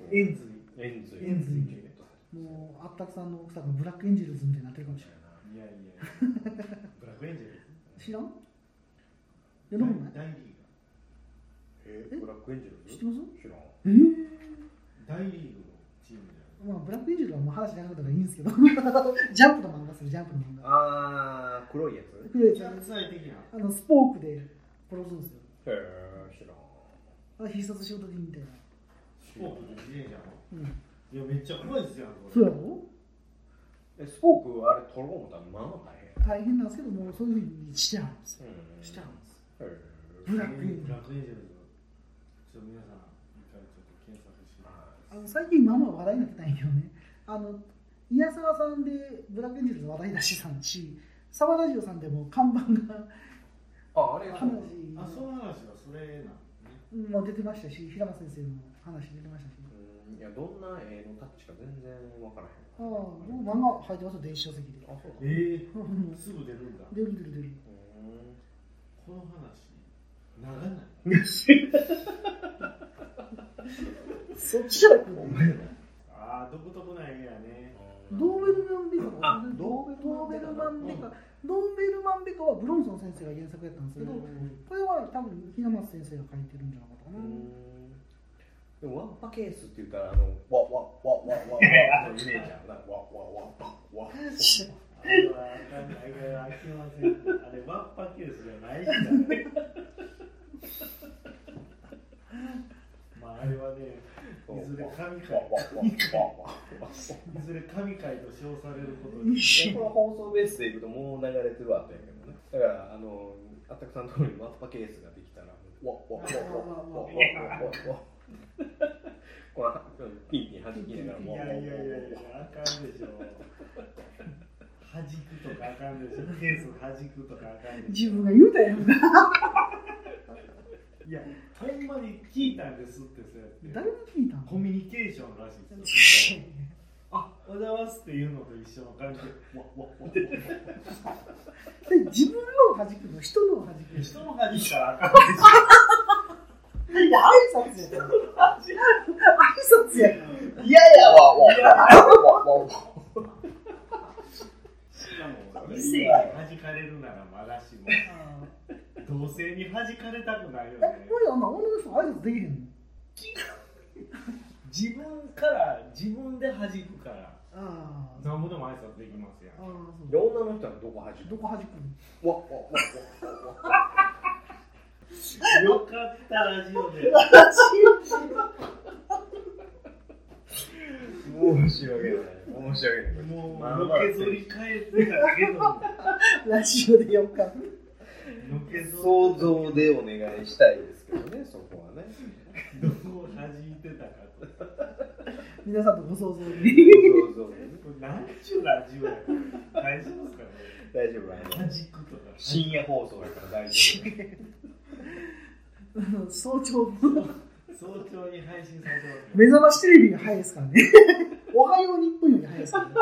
Speaker 3: らね
Speaker 1: 円髄。
Speaker 3: レンズ
Speaker 1: 円髄
Speaker 3: ギュッと刺した
Speaker 1: もう、あったくさんの奥さんがブラックエンジェルズみたいになってるかもしれない。
Speaker 4: いやいやいやブラックエンジェル
Speaker 1: 知らん世のもない
Speaker 4: 大リー
Speaker 3: えブラックエンジェル
Speaker 1: 知っ
Speaker 3: ズ
Speaker 1: てます
Speaker 3: 知らん
Speaker 1: え
Speaker 4: ガー大リーグのチームじゃ
Speaker 1: まあ、ブラックエンジェルはもう話しなかったからいいんですけど、ジャンプの漫画する、ジャンプの漫画。
Speaker 3: あー黒いやつへ
Speaker 1: 黒いやつ
Speaker 4: ない天才的な
Speaker 1: あのスポークで殺すんですよ。
Speaker 3: え知らん
Speaker 1: あ必殺仕事人みたいな。
Speaker 4: スポークで自転車の
Speaker 1: うん、
Speaker 4: いやめっちゃ怖いですよこれ
Speaker 1: そうやろ
Speaker 3: えスポークはあれ取ろう思ったらまあまあ大変
Speaker 1: 大変なんですけど、もうそういうふうにしちゃうんですよ。
Speaker 3: うん
Speaker 1: しちゃうんです。
Speaker 3: へ
Speaker 1: ブラックエンジェル
Speaker 4: ブラックエンジェルズちょっと皆さん一回ちょっと検索して
Speaker 1: あの最近まあまあ話題になってないけどねあのイヤサワさんでブラックエンジェルズの話題出してたしサワラジオさんでも看板が
Speaker 3: ああれ
Speaker 1: 話
Speaker 4: あその話はそれなんね
Speaker 1: も出てましたし平間先生の話出てましたし
Speaker 3: うんいやどんな絵のタッチか全然わからへん
Speaker 1: ああ僕漫画入ってますよ電子書籍で
Speaker 3: あそうだ
Speaker 4: え
Speaker 1: う
Speaker 4: え
Speaker 1: ん
Speaker 4: すぐ出るんだ
Speaker 1: 出る出る出る
Speaker 3: うん
Speaker 4: この話ならない
Speaker 1: そっちじゃなくて
Speaker 4: ああ独特な絵やね
Speaker 1: ドーベルマンベカは
Speaker 3: ド
Speaker 1: ドー
Speaker 3: ー
Speaker 1: ベ
Speaker 3: ベ
Speaker 1: ル
Speaker 3: ル
Speaker 1: マ
Speaker 3: マ
Speaker 1: ン
Speaker 3: ン
Speaker 1: ベ
Speaker 3: ベ
Speaker 1: カ
Speaker 3: カ
Speaker 1: ドーベルマンベカはブロンソン先生が原作やったんですけどこれは多分平松先生が書いてるんじゃなかったかな、
Speaker 3: でもワンパケースって言ったらあのワワワワワワのイメージあ <laughs> るなワワワワワ
Speaker 4: あれはあかんないあれはあきませんあれワッパケースじゃないしねまああれはねいずれ神
Speaker 3: ワ
Speaker 4: 回
Speaker 3: ワワワワ
Speaker 4: いずれ神回と称されること
Speaker 1: うん
Speaker 4: に
Speaker 3: いやこの放送ベースでいくともう流れてるわってやけどねだからあのあったくさんのところにワッパケースができたらワッワッワッワッワッワッワッワッこのピンピン弾きながら
Speaker 4: いや
Speaker 3: ワッ
Speaker 4: いや
Speaker 3: ワ
Speaker 4: いや
Speaker 3: ッ
Speaker 4: い
Speaker 3: ワッ
Speaker 4: や
Speaker 3: ワッワ
Speaker 4: あかんでしょ弾くとかあかんでしょケース弾くとかあかんでし
Speaker 1: 自
Speaker 4: ょ
Speaker 1: 分が言うたやん
Speaker 4: いやほんまに聞いたんですってそうやって
Speaker 1: 誰が聞いたの
Speaker 4: コミュニケーションらしいですよ
Speaker 1: 先
Speaker 4: あおはようございますっていうのと一緒の感じわわわ
Speaker 1: 自分のを弾くの人のを弾くの
Speaker 4: 人の弾いたらあかん
Speaker 1: いや挨拶やから挨拶やから
Speaker 4: しかも
Speaker 1: 異性
Speaker 4: 弾かれるならまだしも同性に弾かれたくないよね
Speaker 1: えこれあんな女の人挨拶できへんの
Speaker 4: 自分から自分で弾くから
Speaker 1: ああ
Speaker 4: なんぼでも挨拶できますや
Speaker 1: ああ
Speaker 4: ん
Speaker 1: そう
Speaker 3: 女の人はどこ弾く
Speaker 1: どこ弾く
Speaker 3: ワッワッワッワッワッ
Speaker 4: よかったラジオで
Speaker 3: 面白いけどね面白いけどね
Speaker 4: も
Speaker 3: まあ
Speaker 4: う
Speaker 3: ま
Speaker 4: の
Speaker 3: あ
Speaker 4: けぞり返ってたけどの
Speaker 1: のラジオでよかった
Speaker 4: けぞ
Speaker 3: 想像でお願いしたいですけどねそこはね
Speaker 4: どこ弾いてたかとこ
Speaker 1: 皆さんとご想像に
Speaker 3: 想像でね
Speaker 4: れ何ちゅうラジオやこれ大丈夫ですかね
Speaker 3: 大丈夫あ
Speaker 4: 弾く
Speaker 3: の
Speaker 4: とか
Speaker 3: 深夜放送だから大丈夫
Speaker 1: うん早朝
Speaker 4: 早朝に配信されてます
Speaker 1: 目覚ましテレビが早いですからね <laughs> おはよう日本より早いですからね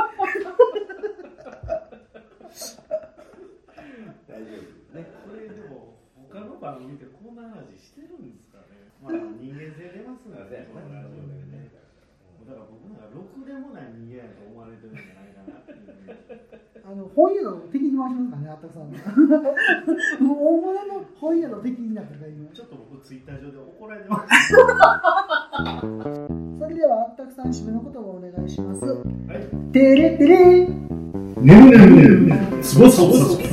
Speaker 3: 大丈夫ね
Speaker 4: これでも他の番組でこんな話してるんですかねまあ人間性出ますんでねこのラジオでねだから僕なんかろくでもない人間やと思われてるんじゃないかなっていう
Speaker 1: あの本屋の敵に回しますからねあったくさんのもう大物の本屋の敵になったから今
Speaker 4: ちょっと僕ツイッター上で怒られてます
Speaker 1: それではあったくさん締めの言葉をお願いします。
Speaker 4: い
Speaker 1: てれてれ
Speaker 12: ねるねるねるねるつばさばさば